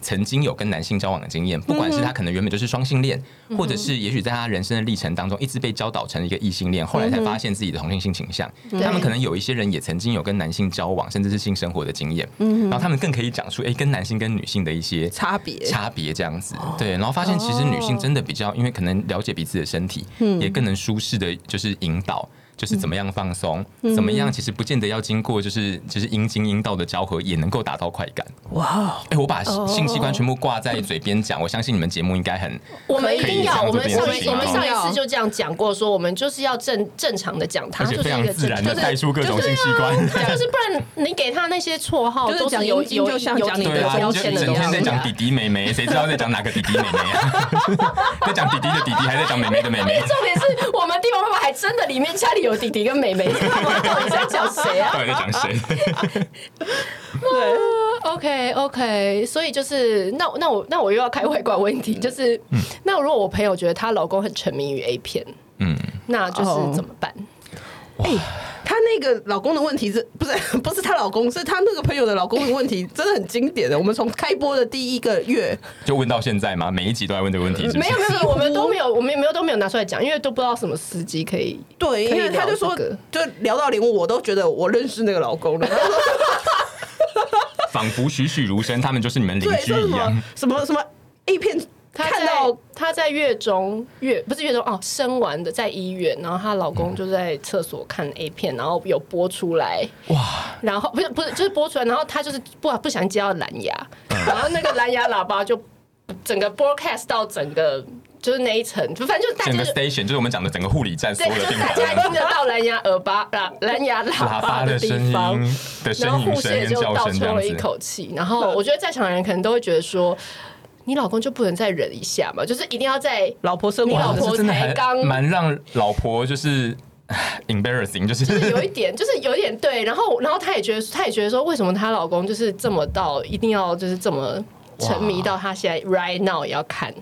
Speaker 3: 曾经有跟男性交往的经验，不管是她可能原本就是双性恋，或者是也许在她人生的历程当中一直被教导成一个异性恋，后来才发现自己的同性性倾向。他们可能有一些人也曾经有跟男性交往，甚至是性生活的经验，然后他们更可以讲出哎、跟男性跟女性的一些
Speaker 4: 差别
Speaker 3: 差别这样子，
Speaker 2: 哦
Speaker 3: 对，然后发现其实女性真的比较，因为可能了解彼此的身体，
Speaker 2: 嗯
Speaker 3: 也更能舒适的，就是引导，就是怎么样放松，
Speaker 2: 嗯
Speaker 3: 怎么样，其实不见得要经过就是就是阴茎阴道的交合，也能够达到快感。
Speaker 4: 哇，哦
Speaker 3: 哎，我把
Speaker 2: 哦
Speaker 3: 性器官全部挂在嘴边讲，我相信你们节目应该很
Speaker 2: 我们一
Speaker 3: 可以
Speaker 2: 定要，
Speaker 3: 这样
Speaker 2: 我们
Speaker 3: 子
Speaker 2: 上
Speaker 3: 变形
Speaker 2: 我们
Speaker 3: 吗
Speaker 2: 上一次就这样讲过，说我们就是要正正常的讲，它
Speaker 3: 而且
Speaker 2: 就
Speaker 3: 非
Speaker 2: 是一
Speaker 3: 常
Speaker 2: 个
Speaker 3: 自
Speaker 2: 正
Speaker 3: 然
Speaker 2: 常
Speaker 3: 的带出各种性器官。
Speaker 2: 他啊就是不然你给他那些绰号
Speaker 4: 就是
Speaker 2: 都
Speaker 4: 讲
Speaker 2: 有
Speaker 4: 阴茎
Speaker 2: 有
Speaker 4: 就像
Speaker 2: 有
Speaker 4: 讲你
Speaker 3: 对
Speaker 2: 有
Speaker 3: 啊，
Speaker 2: 标
Speaker 3: 就
Speaker 2: 签
Speaker 3: 整
Speaker 2: 的东
Speaker 3: 天在
Speaker 2: 西
Speaker 3: 讲
Speaker 2: 啊
Speaker 3: 弟。弟妹妹，谁知道在讲哪个弟弟妹妹啊？ [LAUGHS] 在讲弟弟的弟弟，还在讲妹妹的妹妹。
Speaker 2: 重点是我们地方爸爸还真的里面家里有弟弟跟妹 [LAUGHS] 妹，我们到底在讲谁啊
Speaker 3: 到底在讲谁？
Speaker 4: 对，
Speaker 2: ？OK OK，所以就是那那我那我又要开外挂问
Speaker 3: 嗯
Speaker 2: 题，就是、那如果我朋友觉得她老公很沉迷于 A 片，
Speaker 3: 嗯，
Speaker 2: 那就是怎么办？
Speaker 4: 她那个老公的问题是不是 [LAUGHS] 不是她老公，是她那个朋友的老公的问题，真的很经典的。我们从开播的第一个月，
Speaker 3: 就问到现在吗？每一集都在问这个问题，是不
Speaker 2: 没
Speaker 3: 是
Speaker 2: 有？没有没有，我们都没有，我们也没有都没有拿出来讲，因为都不知道什么司机可以。
Speaker 4: 对，因
Speaker 2: 可以
Speaker 4: 为她就
Speaker 2: 聊
Speaker 4: 说
Speaker 2: 这个，
Speaker 4: 就聊到连我都觉得我认识那个老公了。 [LAUGHS] 然后说
Speaker 3: 仿佛栩栩如生，他们就是你们邻
Speaker 4: 对，
Speaker 3: 居
Speaker 4: 说什
Speaker 3: 一
Speaker 4: 么
Speaker 3: 样。
Speaker 4: 什么什么 A 片，
Speaker 2: 她
Speaker 4: 看
Speaker 2: 在
Speaker 4: 到
Speaker 2: 她在月中月不是月中哦，生完的在医院，然后她老
Speaker 3: 嗯
Speaker 2: 公就在厕所看 A 片，然后有播出来，
Speaker 3: 哇，
Speaker 2: 然后不是不是就是播出来，然后她就是不不想接到蓝牙，
Speaker 3: 嗯
Speaker 2: 然后那个蓝牙喇叭就整个 broadcast 到整个就是那一层，就反正就是大
Speaker 3: 整
Speaker 2: 家
Speaker 3: 个
Speaker 2: 就
Speaker 3: station 就是我们讲的整个护理站所
Speaker 2: 对，
Speaker 3: 有的
Speaker 2: 就是
Speaker 3: 电
Speaker 2: 大家听
Speaker 3: 台。
Speaker 2: 得到蓝牙耳巴啦蓝牙喇
Speaker 3: 喇
Speaker 2: 叭
Speaker 3: 叭
Speaker 2: 的
Speaker 3: 的
Speaker 2: 地
Speaker 3: 声音
Speaker 2: 方。
Speaker 3: 的
Speaker 2: 然
Speaker 3: 呻
Speaker 2: 后
Speaker 3: 吟
Speaker 2: 护士
Speaker 3: 声
Speaker 2: 也
Speaker 3: 跟
Speaker 2: 就
Speaker 3: 叫
Speaker 2: 倒
Speaker 3: 声
Speaker 2: 抽
Speaker 3: 这样
Speaker 2: 了一
Speaker 3: 子，
Speaker 2: 口气，然后我觉得在场的人可能都会觉得说，你老公就不能再忍一下嘛，就是一定要在
Speaker 4: 老婆生
Speaker 2: 你
Speaker 4: 活
Speaker 2: 老
Speaker 4: 好
Speaker 2: 婆
Speaker 3: 这真的还
Speaker 2: 才刚
Speaker 3: 蛮让老婆就是 [SIGHS] 唉 embarrassing，就是
Speaker 2: 就是有一点，就是有一点对，然后然后她也觉得，她也觉得说，为什么她老公就是这么到一定要就是这么沉迷到她现在 right now 也要看，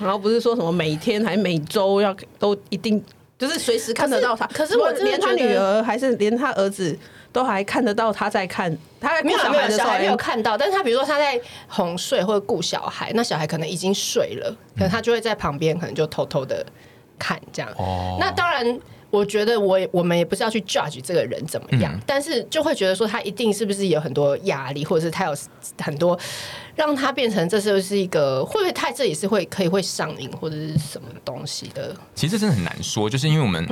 Speaker 4: 然后不是说什么每天还每周要都一定，就是随时看得到他。
Speaker 2: 可是可是我真的
Speaker 4: 连他
Speaker 2: 觉得
Speaker 4: 女儿还是连他儿子都还看得到他在看，他在
Speaker 2: 没
Speaker 4: 顾
Speaker 2: 有
Speaker 4: 小
Speaker 2: 没
Speaker 4: 孩
Speaker 2: 有
Speaker 4: 的时
Speaker 2: 小
Speaker 4: 候
Speaker 3: 哎
Speaker 2: 孩没有
Speaker 4: 还
Speaker 2: 看到，但是他比如说他在哄睡或者顾小孩，那小孩可能已经睡了，
Speaker 3: 嗯
Speaker 2: 可能他就会在旁边，可能就偷偷的看这样。
Speaker 3: 哦
Speaker 2: 那当然，我觉得我也我们也不是要去 judge 这个人怎么样，
Speaker 3: 嗯
Speaker 2: 但是就会觉得说他一定是不是有很多压力，或者是他有很多让他变成这就是一个会不会他这也是会可以会上瘾或者是什么东西的。
Speaker 3: 其实这真的很难说，就是因为我 [LAUGHS] 们。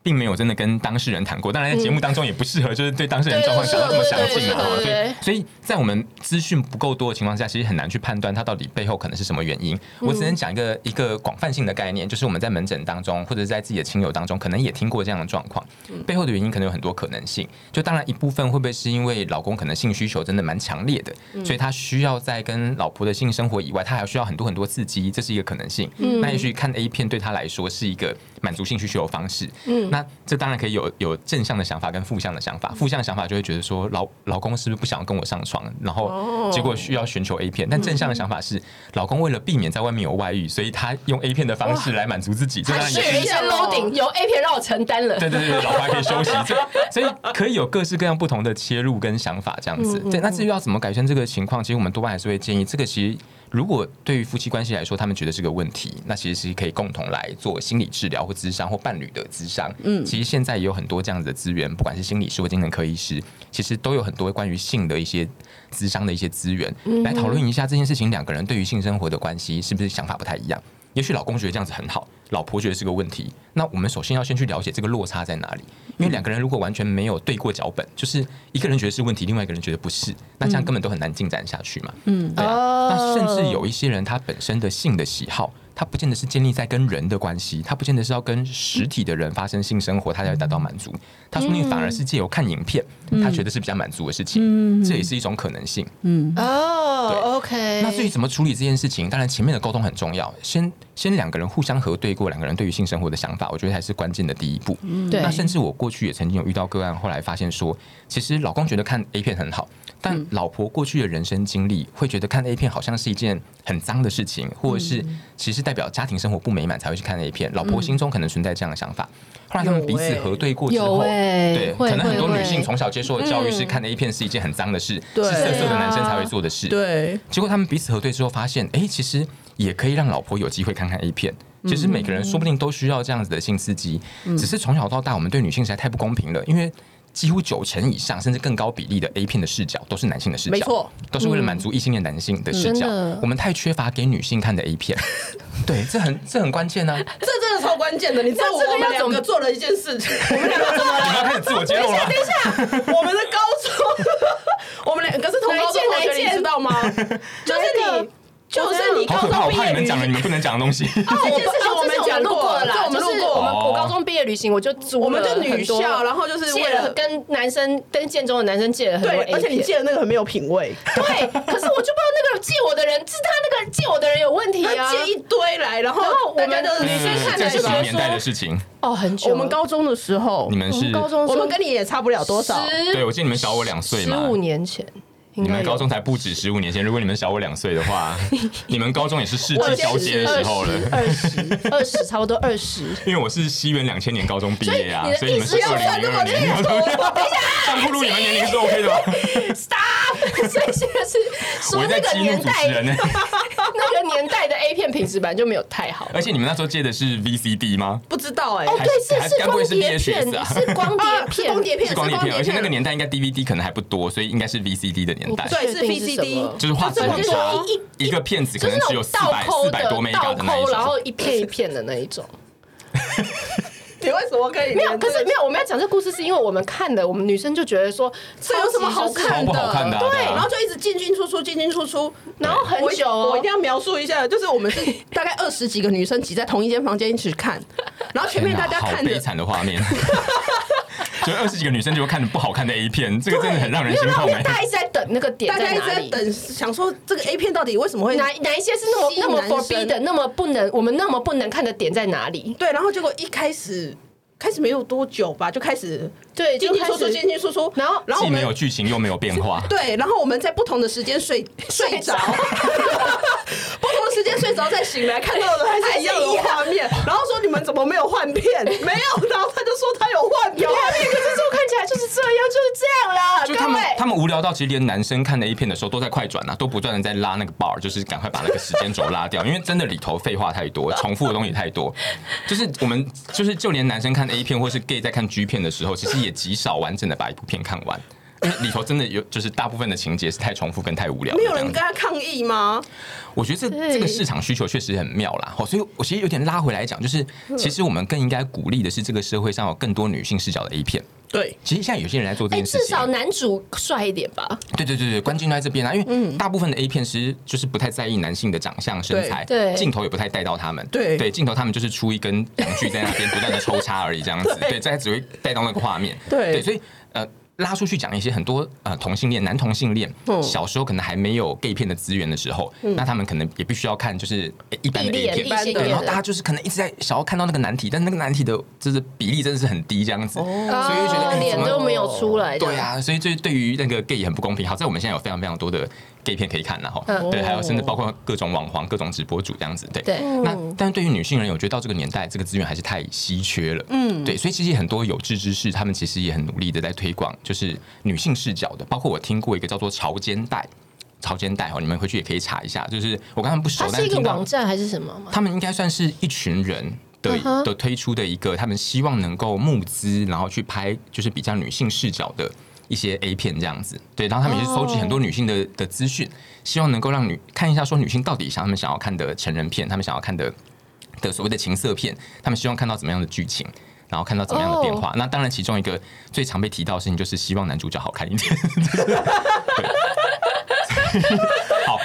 Speaker 3: 并没有真的跟当事人谈过，当然在节目当中也不适合，嗯就是对当事人状况讲到这么详尽
Speaker 2: 对对
Speaker 3: 嘛。
Speaker 2: 对对对
Speaker 3: 对，所以在我们资讯不够多的情况下，其实很难去判断它到底背后可能是什么原因。我只能讲一个一个广泛性的概念，就是我们在门诊当中，或者是在自己的亲友当中，可能也听过这样的状况，背后的原因可能有很多可能性。就当然一部分会不会是因为老公可能性需求真的蛮强烈的，所以他需要在跟老婆的性生活以外，他还需要很多很多刺激，这是一个可能性。那也许看 A 片对他来说是一个满足性需求的方式。嗯，那这当然可以有有正向的想法跟负向的想法。负向的想法就会觉得说老老公是不是不想跟我上床，然后结果需要寻求 A 片。但正向的想法是老公为了避免在外面有外遇，所以他用 A 片的方式来满足自己。这当然也
Speaker 2: 有一
Speaker 3: 是
Speaker 2: 些 loading 有 A 片让我承担了。
Speaker 3: 对对对，老婆还可以休息，所以所以可以有各式各样不同的切入跟想法这样子。对，那至于要怎么改善这个情况，其实我们多半还是会建议，这个其实如果对于夫妻关系来说，他们觉得是个问题，那其实是可以共同来做心理治疗或咨商或伴侣的咨商。嗯，其实现在也有很多这样子的资源，不管是心理师或精神科医师，其实都有很多关于性的一些咨商的一些资源，来讨论一下这件事情，两个人对于性生活的关系是不是想法不太一样。也许老公觉得这样子很好，老婆觉得是个问题。那我们首先要先去了解这个落差在哪里，因为两个人如果完全没有对过脚本，就是一个人觉得是问题，另外一个人觉得不是，那这样根本都很难进展下去嘛。嗯，对啊。那甚至有一些人他本身的性的喜好，他不见得是建立在跟人的关系，他不见得是要跟实体的人发生性生活，他才会达到满足。他说不定反而是借由看影片，他觉得是比较满足的事情，这也是一种可能性。对
Speaker 2: 哦，OK。
Speaker 3: 那至于怎么处理这件事情，当然前面的沟通很重要，先先两个人互相核对过，两个人对于性生活的想法，我觉得还是关键的第一步。
Speaker 2: 对
Speaker 3: 那甚至我过去也曾经有遇到个案，后来发现说，其实老公觉得看 A 片很好，但老婆过去的人生经历会觉得看 A 片好像是一件很脏的事情，或者是其实代表家庭生活不美满才会去看 A 片，老婆心中可能存在这样的想法。后来他们彼此核对过之后，
Speaker 2: 有欸
Speaker 3: 对，
Speaker 2: 会
Speaker 3: 可能很多
Speaker 2: 会
Speaker 3: 女性
Speaker 2: 会
Speaker 3: 从小接受的教育是看 A 片是一件很脏的事，是
Speaker 4: 对
Speaker 3: 色色的男生才会做的事。
Speaker 4: 对，
Speaker 3: 结果他们彼此核对之后，发现，哎、其实也可以让老婆有机会看看 A 片。
Speaker 2: 嗯
Speaker 3: 其实每个人说不定都需要这样子的性刺激，只是从小到大我们对女性实在太不公平了，因为几乎九成以上甚至更高比例的 A 片的视角都是男性的视角，
Speaker 4: 没错，
Speaker 3: 都是为了满足异性恋男性的视角
Speaker 2: 真的。
Speaker 3: 我们太缺乏给女性看的 A
Speaker 2: [LAUGHS]
Speaker 3: 片，对，这很这很关键呢、啊。
Speaker 4: 这真的超关键的。你知道我
Speaker 2: 那这个
Speaker 4: 们
Speaker 2: 要
Speaker 4: 两
Speaker 2: 怎么
Speaker 4: 个做了一件事情，我们两个做
Speaker 3: 你
Speaker 4: 了
Speaker 3: 们要开始自我揭露了，
Speaker 4: 我们的高中，我们两个是同高
Speaker 2: 哪一
Speaker 4: 中同
Speaker 2: 件哪一
Speaker 4: 学，
Speaker 2: 件
Speaker 4: 你知道吗？就是你，就是你
Speaker 3: 好
Speaker 4: 高
Speaker 3: 可怕！
Speaker 4: 中
Speaker 3: 我
Speaker 4: 毕
Speaker 3: 怕你
Speaker 4: 业
Speaker 3: 们
Speaker 4: 旅
Speaker 3: 讲了你
Speaker 4: 行，
Speaker 3: 们不能讲的
Speaker 2: [LAUGHS]
Speaker 3: 东西。
Speaker 2: 哦，
Speaker 4: 这
Speaker 2: 我
Speaker 4: 件事情我们讲
Speaker 2: 录
Speaker 4: 过
Speaker 2: 过了啦，
Speaker 4: 这我们
Speaker 2: 就是哦
Speaker 4: 录过
Speaker 2: 我们国高中毕业旅行，我就租了
Speaker 4: 我们就女
Speaker 2: 很多
Speaker 4: 校然后就是
Speaker 2: 借
Speaker 4: 为了
Speaker 2: 了跟男生跟建中的男生借了很多 A
Speaker 4: 对，
Speaker 2: 片，
Speaker 4: 而且你借的那个很没有品味，
Speaker 2: [LAUGHS] 对，可是我就不知道那个借我的人是他那个借我的人有问题啊
Speaker 4: 他。借一堆来，然后
Speaker 2: 然后我
Speaker 4: 大
Speaker 2: 们
Speaker 4: 家都是
Speaker 2: 女生看
Speaker 3: 嗯这
Speaker 2: 的
Speaker 3: 是什
Speaker 2: 学
Speaker 3: 么
Speaker 2: 说
Speaker 3: 年代的事情？
Speaker 2: 哦，很久
Speaker 4: 我们高中的时候
Speaker 3: 你，们
Speaker 2: 我
Speaker 3: 是
Speaker 2: 们高中的时候
Speaker 4: 我们跟你也差不了多少。
Speaker 2: 十
Speaker 3: 对，我记得你们小我两岁
Speaker 2: 十
Speaker 3: 嘛，
Speaker 2: 五年前，应
Speaker 3: 你
Speaker 2: 该
Speaker 3: 们高
Speaker 2: 有
Speaker 3: 中才不止十五年前，如果你们小我两岁的话，
Speaker 2: [LAUGHS]
Speaker 3: 你们高中也是世纪交接的时候了。
Speaker 2: 二十二十差不多二
Speaker 3: [LAUGHS]
Speaker 2: 十。
Speaker 3: 因为我是西元两千年高中毕业啊，
Speaker 2: 所
Speaker 3: 所以
Speaker 2: 以你
Speaker 3: 你们
Speaker 2: 的
Speaker 3: 是
Speaker 2: 意思
Speaker 3: 二
Speaker 2: 要
Speaker 3: 零零二年高中，上铺路你们年龄是 OK 的吧？ [LAUGHS]
Speaker 2: Stop！所以现在是说
Speaker 3: 我在
Speaker 2: 那个
Speaker 3: 激怒
Speaker 2: 年
Speaker 3: 主持
Speaker 2: 代
Speaker 3: 人呢。
Speaker 2: [LAUGHS] 那个年代的 A 片品质本来就没有太好。
Speaker 3: 而且你们那时候借的是 VCD 吗？
Speaker 4: 不知道哎、
Speaker 2: 哦，
Speaker 3: 还
Speaker 2: 对，是
Speaker 3: 还
Speaker 2: 是
Speaker 3: 该不会
Speaker 2: 光
Speaker 3: 是
Speaker 2: 碟
Speaker 3: VHS
Speaker 2: 片，
Speaker 3: 啊
Speaker 2: 是光碟
Speaker 4: 啊
Speaker 2: 片，
Speaker 4: 是光碟
Speaker 3: [LAUGHS]
Speaker 4: 片
Speaker 3: 是光碟片，而且那个
Speaker 4: 了
Speaker 3: 年代应该 DVD 可能还不多，所以应该是 VCD 的年代。
Speaker 2: 我不
Speaker 4: 对，是
Speaker 2: 确定是什么
Speaker 4: VCD，
Speaker 3: 就是画质很差
Speaker 2: 就是一，
Speaker 3: 一个片子可
Speaker 2: 就是
Speaker 3: 能
Speaker 2: 那
Speaker 3: 只有
Speaker 2: 种
Speaker 3: 四
Speaker 2: 倒
Speaker 3: 百
Speaker 2: 抠
Speaker 3: 四百
Speaker 2: 的
Speaker 3: 多 m e
Speaker 2: 倒
Speaker 3: 的那一
Speaker 2: 抠，然
Speaker 3: 种。
Speaker 2: 后一片一片的那一种。
Speaker 4: 你为什么可以
Speaker 2: 没有，可是没有，我们要讲这故事是因为我们看的，我们女生就觉得说
Speaker 4: 这有什么好看
Speaker 3: 超不
Speaker 4: 的？
Speaker 3: 好看的啊对
Speaker 4: 对，
Speaker 3: 啊
Speaker 4: 然后就一直进进出出，进进出出，
Speaker 2: 然后很久哦
Speaker 4: 我一定要描述一下，就是
Speaker 2: [LAUGHS]
Speaker 4: 我们是大概二十几个女生挤在同一间房间一起看，然后前面大家
Speaker 3: 好
Speaker 4: 看
Speaker 3: 悲
Speaker 4: 着。
Speaker 3: 惨的画面， [LAUGHS] 就二十几个女生就看不好看的 A 片，这个真的很让人
Speaker 2: 没有，
Speaker 3: 心
Speaker 2: 然后
Speaker 3: 痛哎。
Speaker 2: 大家一直在等那个点
Speaker 4: 大家
Speaker 2: 在
Speaker 4: 一直
Speaker 2: 哪
Speaker 4: 在
Speaker 2: 里。
Speaker 4: 等，想说这个 A 片到底为什么会
Speaker 2: 哪哪一些是那么那么
Speaker 4: 吸引男生
Speaker 2: forbidden，那么不能我们那么不能看的点在哪里？
Speaker 4: 对，然后结果一开始开始没有多久吧，就开始
Speaker 2: 对，
Speaker 4: 进
Speaker 2: 就
Speaker 4: 进
Speaker 2: 开
Speaker 4: 出出，
Speaker 2: 始
Speaker 4: 进进出出，
Speaker 2: 然后
Speaker 4: 然后
Speaker 3: 既
Speaker 4: 我
Speaker 3: 没
Speaker 4: 们
Speaker 3: 有剧情又没有变化，
Speaker 4: [LAUGHS] 对，啊然后我们在不同的时
Speaker 2: [LAUGHS]
Speaker 4: 间睡睡着，不同的时间睡着再醒来，看到的还是一样的画面。然后说你们怎么没有换片？没有，然后他就说他有啊换片
Speaker 2: 有。画面，可是这看起来就是这样，就是这样啦，
Speaker 3: 就他
Speaker 2: 各
Speaker 3: 们
Speaker 2: 位。
Speaker 3: 他们无聊到，其实连男生看 A 片的时候都在快转啊，都不断的在拉那个 bar，就是赶快把那个时间轴拉掉，因为真的里头废话太多，重复的东西太
Speaker 4: [LAUGHS]
Speaker 3: 多。就是我们就是就连男生看 A 片或是 gay 在看 G 片的时候，其实也极少完整的把一部片看完。因为里头真的有，就是大部分的情节是太重复跟太无聊了
Speaker 4: [LAUGHS] 没
Speaker 3: 这样
Speaker 4: 有
Speaker 3: 子。
Speaker 4: 人跟他抗议吗？
Speaker 3: 我觉得这
Speaker 2: 对
Speaker 3: 这个市场需求确实很妙啦，好，所以我其实有点拉回来讲，就是
Speaker 4: 嗯
Speaker 3: 其实我们更应该鼓励的是，这个社会上有更多女性视角的 A 片。
Speaker 4: 对，
Speaker 3: 其实现在有些人在做这
Speaker 2: 哎，
Speaker 3: 件事
Speaker 2: 至
Speaker 3: 情，
Speaker 2: 少男主帅一点吧。
Speaker 3: 对对对对，关键就在这边啊，因为大部分的 A 片其实就是不太在意男性的长相、身材，
Speaker 2: 对对
Speaker 3: 镜头也不太带到他们，
Speaker 4: 对
Speaker 3: 对，镜头他们就是出一根阳具在那边不断的抽插而已，这样子，
Speaker 4: 对
Speaker 3: 对，这只会带到那个画面，
Speaker 4: 对
Speaker 3: 所以呃。拉出去讲一些很多呃同性恋、男同性恋、
Speaker 4: 嗯
Speaker 3: 小时候可能还没有 gay 片的资源的时候，那他们可能也必须要看就是呃一般的
Speaker 2: 异
Speaker 3: A
Speaker 2: 恋
Speaker 3: 片
Speaker 2: 异，性
Speaker 4: 对
Speaker 3: 对，然
Speaker 2: 恋
Speaker 3: 后大家
Speaker 2: 的，
Speaker 3: 就是可能一直在想要看到那个难题，但那个难题的就是比例真的是很低这样子，所以就觉得
Speaker 2: 哦
Speaker 3: 哎怎
Speaker 2: 脸
Speaker 3: 么
Speaker 2: 都没有出来。
Speaker 3: 对，啊，所以这对于那个 gay 也很不公平。好在我们现在有非常非常多的 gay 片可以看了哈，
Speaker 2: 嗯
Speaker 3: 对，还有甚至包括各种网黄、各种直播主这样子，对。
Speaker 4: 嗯
Speaker 2: 对，嗯
Speaker 3: 那但是对于女性人，我觉得到这个年代，这个资源还是太稀缺了。嗯，对，所以其实很多有志之士，他们其实也很努力的在推广，就是女性视角的。包括我听过一个叫做潮间带，潮间带哦，你们回去也可以查一下。就是我刚刚不熟
Speaker 2: 它，
Speaker 3: 但
Speaker 2: 是
Speaker 3: 是
Speaker 2: 一个
Speaker 3: 听到
Speaker 2: 网站还是什么吗？
Speaker 3: 他们应该算是一群人的、
Speaker 2: 嗯哼
Speaker 3: 的推出的一个，他们希望能够募资，然后去拍就是比较女性视角的一些 A 片这样子。对，然后他们也是搜集
Speaker 2: 哦
Speaker 3: 很多女性的的资讯，希望能够让女看一下说女性到底想他们想要看的成人片，他们想要看的的所谓的情色片，他们希望看到怎么样的剧情。然后看到怎么样的变化那当然，其中一个最常被提到的事情就是希望男主角好看一点。好，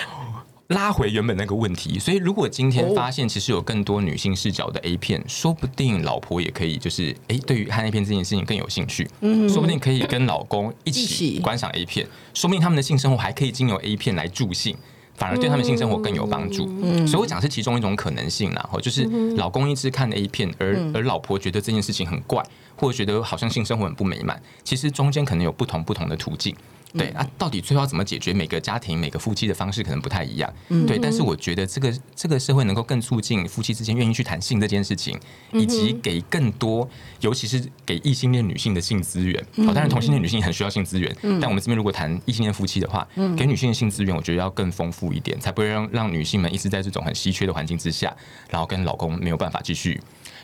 Speaker 3: 拉回原本那个问题，所以如果今天发现其实有更多女性视角的 A 片，说不定老婆也可以就是哎、诶对于看 A 片这件事情更有兴趣，说不定可以跟老公一
Speaker 4: 一
Speaker 3: 起
Speaker 4: 起
Speaker 3: 观赏 A 片，说不定他们的性生活还可以经由 A 片来助兴。反而对他们性生活更有帮助，所以我讲是其中一种可能性啦。哦，就是老公一直看 A 片，而而老婆觉得这件事情很怪，或者觉得好像性生活很不美满，其实中间可能有不同不同的途径。对啊，到底最后要怎么解决？每个家庭、每个夫妻的方式可能不太一样，对。但是我觉得这个这个社会能够更促进夫妻之间愿意去谈性这件事情，以及给更多，尤其是给异性恋女性的性资源。好、当然同性恋女性也很需要性资源，但我们这边如果谈异性恋夫妻的话，给女性的性资源，我觉得要更丰富一点，才不会让让女性们一直在这种很稀缺的环境之下，然后跟老公没有办法继续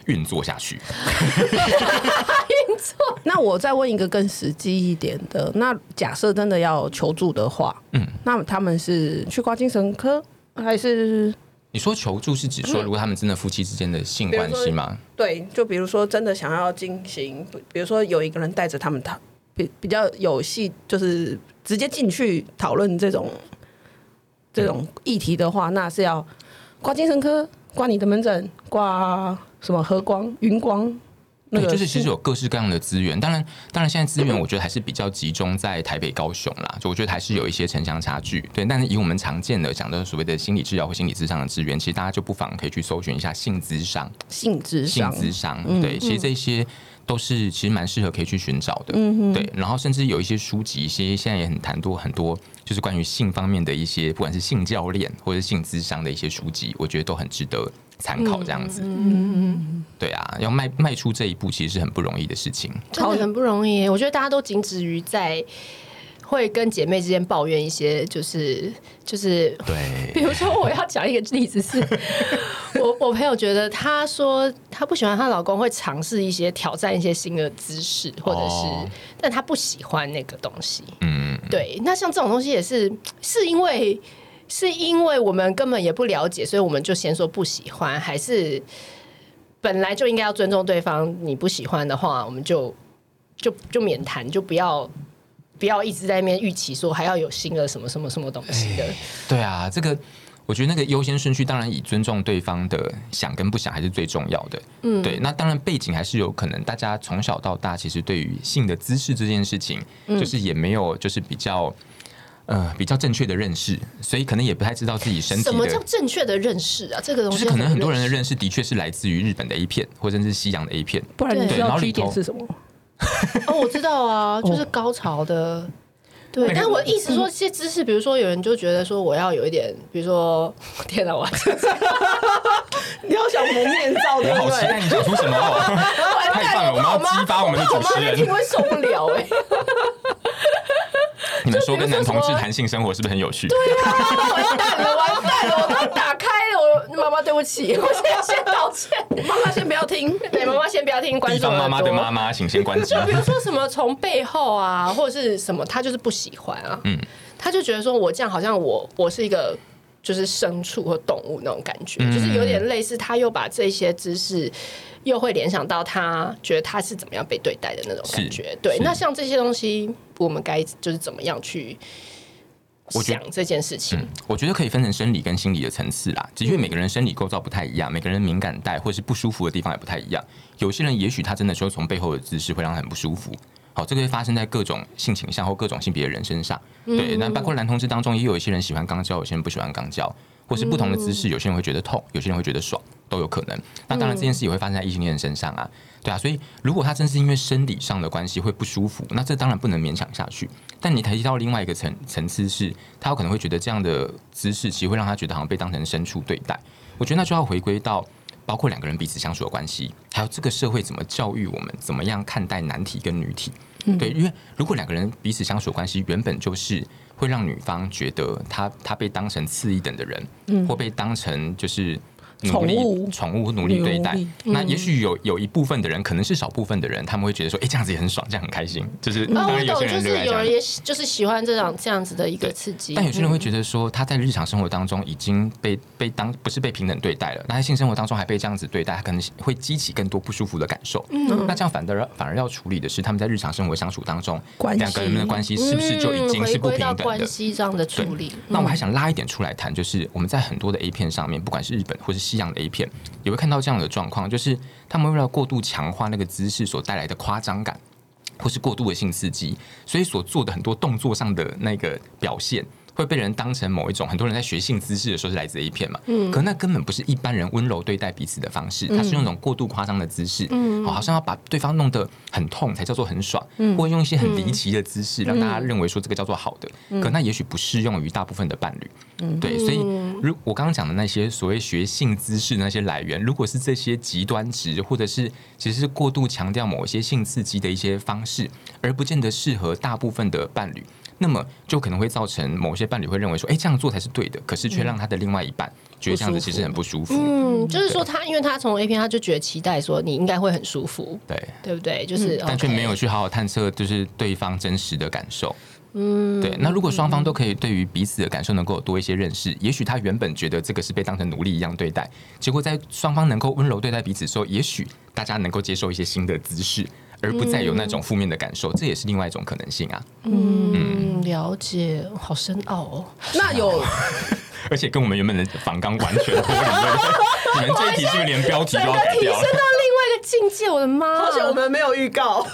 Speaker 3: 运作下去。
Speaker 2: 哎
Speaker 4: 那我再问一个更实际一点的，那假设真的要求助的话，嗯，那他们是去挂精神科还是？
Speaker 3: 你说求助是指说，如果他们真的夫妻之间的性关系吗？
Speaker 4: 对，就比如说真的想要进行，比比如说有一个人带着他们讨比比较有戏，就是直接进去讨论这种这种议题的话，那是要挂精神科、挂你的门诊、挂什么和光、云光。那
Speaker 3: 对，
Speaker 4: 个
Speaker 3: 就是其实有各式各样的资源，当然，当然现在资源我觉得还是比较集中在台北、高雄啦，就我觉得还是有一些城乡差距。对，但是以我们常见的讲的所谓的心理治疗或心理咨商的资源，其实大家就不妨可以去搜寻一下性咨商、
Speaker 4: 性质
Speaker 3: 性
Speaker 4: 上，
Speaker 3: 咨商。对，其实这些都是其实蛮适合可以去寻找的。对，然后甚至有一些书籍，其实现在也很谈多很多，就是关于性方面的一些，不管是性教练或者是性咨商的一些书籍，我觉得都很值得参考。这样子，对啊，要迈迈出这一步，其实是很不容易的事情。
Speaker 2: 真的很不容易耶。我觉得大家都仅止于在会跟姐妹之间抱怨一些，就是就是
Speaker 3: 对，
Speaker 2: 比如说，我要讲一个例子
Speaker 3: [LAUGHS]
Speaker 2: 是，我我朋友觉得她说她不喜欢她老公会尝试一些挑战一些新的姿势，或者是，
Speaker 3: 哦
Speaker 2: 但她不喜欢那个东西。
Speaker 3: 嗯，
Speaker 2: 对，那像这种东西也是是因为是因为我们根本也不了解，所以我们就先说不喜欢，还是本来就应该要尊重对方。你不喜欢的话，我们就就就免谈，就不要。不要一直在那边预期说还要有新的什么什么什么东西的，
Speaker 3: 对啊，这个我觉得那个优先顺序，当然以尊重对方的想跟不想还是最重要的。嗯，对。那当然背景还是有可能，大家从小到大其实对于性的姿势这件事情，
Speaker 2: 嗯
Speaker 3: 就是也没有就是比较。呃，比较正确的认识，所以可能也不太知道自己身体的
Speaker 2: 什么叫正确的认识啊？这个东
Speaker 3: 就
Speaker 2: 西
Speaker 3: 是可能很多人的
Speaker 2: 要怎么
Speaker 3: 认识的确是来自于日本的 A 片，或者是西洋的 A 片。
Speaker 4: 不然你
Speaker 2: 对
Speaker 4: 知
Speaker 3: 然
Speaker 4: 道
Speaker 3: 后里
Speaker 4: G 点
Speaker 3: 头
Speaker 4: 是什么？
Speaker 2: 哦，我知道
Speaker 3: [LAUGHS]
Speaker 2: 啊，就是
Speaker 3: 哦
Speaker 2: 高潮的。对，但
Speaker 3: 嗯
Speaker 2: 我意思说，这些姿势，比如说有人就觉得说我要有一点，比如说， [LAUGHS] 天哪，我
Speaker 3: [LAUGHS]
Speaker 4: 你要想蒙面罩，对
Speaker 3: 我好
Speaker 4: 不
Speaker 3: 期
Speaker 4: 对？
Speaker 3: 待你讲出什
Speaker 2: [LAUGHS]
Speaker 3: 么哦，太棒了，我们要激发我们的
Speaker 2: 我
Speaker 3: 主
Speaker 2: 妈
Speaker 3: 持
Speaker 2: 在听
Speaker 3: 人。
Speaker 2: 会受不了哎、
Speaker 3: [LAUGHS] 你们
Speaker 2: 就
Speaker 3: 说
Speaker 2: 比
Speaker 3: 跟
Speaker 2: 如说
Speaker 3: 男同志
Speaker 2: 什么
Speaker 3: 谈性生活是不是很有趣？
Speaker 2: 完蛋了，完蛋了，我都打开了，我妈妈对不起，我现在先道歉。
Speaker 4: 妈妈先不要听，
Speaker 2: 对，妈妈先不要听观
Speaker 3: 地
Speaker 2: 众耳朵
Speaker 3: 方妈妈的妈妈，请先关机
Speaker 2: 就。比如说什么从背后啊，或者是什么，他就是不喜欢啊。嗯，他就觉得说我这样好像我我是一个就是牲畜或动物那种感觉，
Speaker 3: 嗯
Speaker 2: 就是有点类似，他又把这些知识又会联想到他觉得他是怎么样被对待的那种感觉
Speaker 3: 是。
Speaker 2: 对，
Speaker 3: 是
Speaker 2: 那像这些东西，我们该就是怎么样去
Speaker 3: 我觉得
Speaker 2: 想这件事情？
Speaker 3: 嗯，我觉得可以分成生理跟心理的层次啦。的确，每个人生理构造不太一样，每个人敏感带或是不舒服的地方也不太一样。有些人也许他真的说从背后的姿势会让他很不舒服。好，这个会发生在各种性倾向或各种性别的人身上。对，那包括男同志当中，也有一些人喜欢肛交，有些人不喜欢肛交，或是不同的姿势，有些人会觉得痛，有些人会觉得爽，都有可能。那当然，这件事也会发生在异性恋身上啊。对啊，所以如果他真是因为生理上的关系会不舒服，那这当然不能勉强下去。但你提到另外一个层层次是，他有可能会觉得这样的姿势其实会让他觉得好像被当成牲畜对待。我觉得那就要回归到包括两个人彼此相处的关系，还有这个社会怎么教育我们，怎么样看待男体跟女体。
Speaker 4: 嗯
Speaker 3: 对，因为如果两个人彼此相处的关系原本就是会让女方觉得她她被当成次一等的人，或被当成就是奴
Speaker 4: 嗯宠
Speaker 3: 隶、
Speaker 4: 物
Speaker 3: 宠物、奴隶对待
Speaker 4: 奴隶。
Speaker 2: 嗯
Speaker 3: 那也许有有一部分的人，可能是少部分的人，他们会觉得说，哎、这样子也很爽，这样很开心。就是
Speaker 2: 啊，
Speaker 3: 当
Speaker 2: 我
Speaker 3: 然有
Speaker 2: 懂，
Speaker 3: 些
Speaker 2: 就
Speaker 3: 人
Speaker 2: 是
Speaker 3: 热爱这
Speaker 2: 有
Speaker 3: 样
Speaker 2: 人嗯也喜就是喜欢这种这样子的一个刺激，
Speaker 3: 但有些人会觉得说，他在日常生活当中已经被被当不是被平等对待了，那在性生活当中还被这样子对待，他可能会激起更多不舒服的感受。
Speaker 2: 嗯
Speaker 3: 那这样反而反而要处理的是，他们在日常生活相处当中，
Speaker 4: 关系
Speaker 3: 两个人的关系是不是就已经
Speaker 2: 嗯
Speaker 3: 是不
Speaker 2: 回归
Speaker 3: 平
Speaker 2: 到
Speaker 3: 等的
Speaker 2: 关？系上的处理？
Speaker 3: 那我还想拉一点出来谈，就是我们在很多的 A 片上面，不管是日本或是西洋的 A 片，也会看到这样的状况，就是他们为了过度强化那个姿势所带来的夸张感，或是过度的性刺激，所以所做的很多动作上的那个表现。会被人当成某一种，很多人在学性姿势的时候是来自 A 片嘛，可那根本不是一般人温柔对待彼此的方式，它是用一种过度夸张的姿势，哦好好像要把对方弄得很痛才叫做很爽，或用一些很离奇的姿势让大家认为说这个叫做好的，可那也许不适用于大部分的伴侣，对，所以如我刚刚讲的那些所谓学性姿势的那些来源，如果是这些极端值，或者是其实是过度强调某些性刺激的一些方式，而不见得适合大部分的伴侣，那么就可能会造成某些伴侣会认为说，哎、这样做才是对的，可是却让他的另外一半觉得这样子其实很不舒服。
Speaker 2: 嗯，就是说他，因为他从 A 片，他就觉得期待说你应该会很舒服，
Speaker 3: 对，
Speaker 2: 对不对？就是，
Speaker 3: 嗯但却没有。去好好探测，就是对方真实的感受。嗯，对。那如果双方都可以对于彼此的感受能够有多一些认识，也许他原本觉得这个是被当成奴隶一样对待，结果在双方能够温柔对待彼此的时候，也许大家能够接受一些新的姿势，而不再有那种负面的感受，这也是另外一种可能性啊。
Speaker 2: 嗯，了解，好深奥哦。
Speaker 4: 那 [LAUGHS] 有
Speaker 3: 而且跟我们原本的仿纲完全脱离了。你们这一题是不是连标题都要改掉？
Speaker 2: 另外一个境界，我的妈！
Speaker 4: 而且我们没有预告，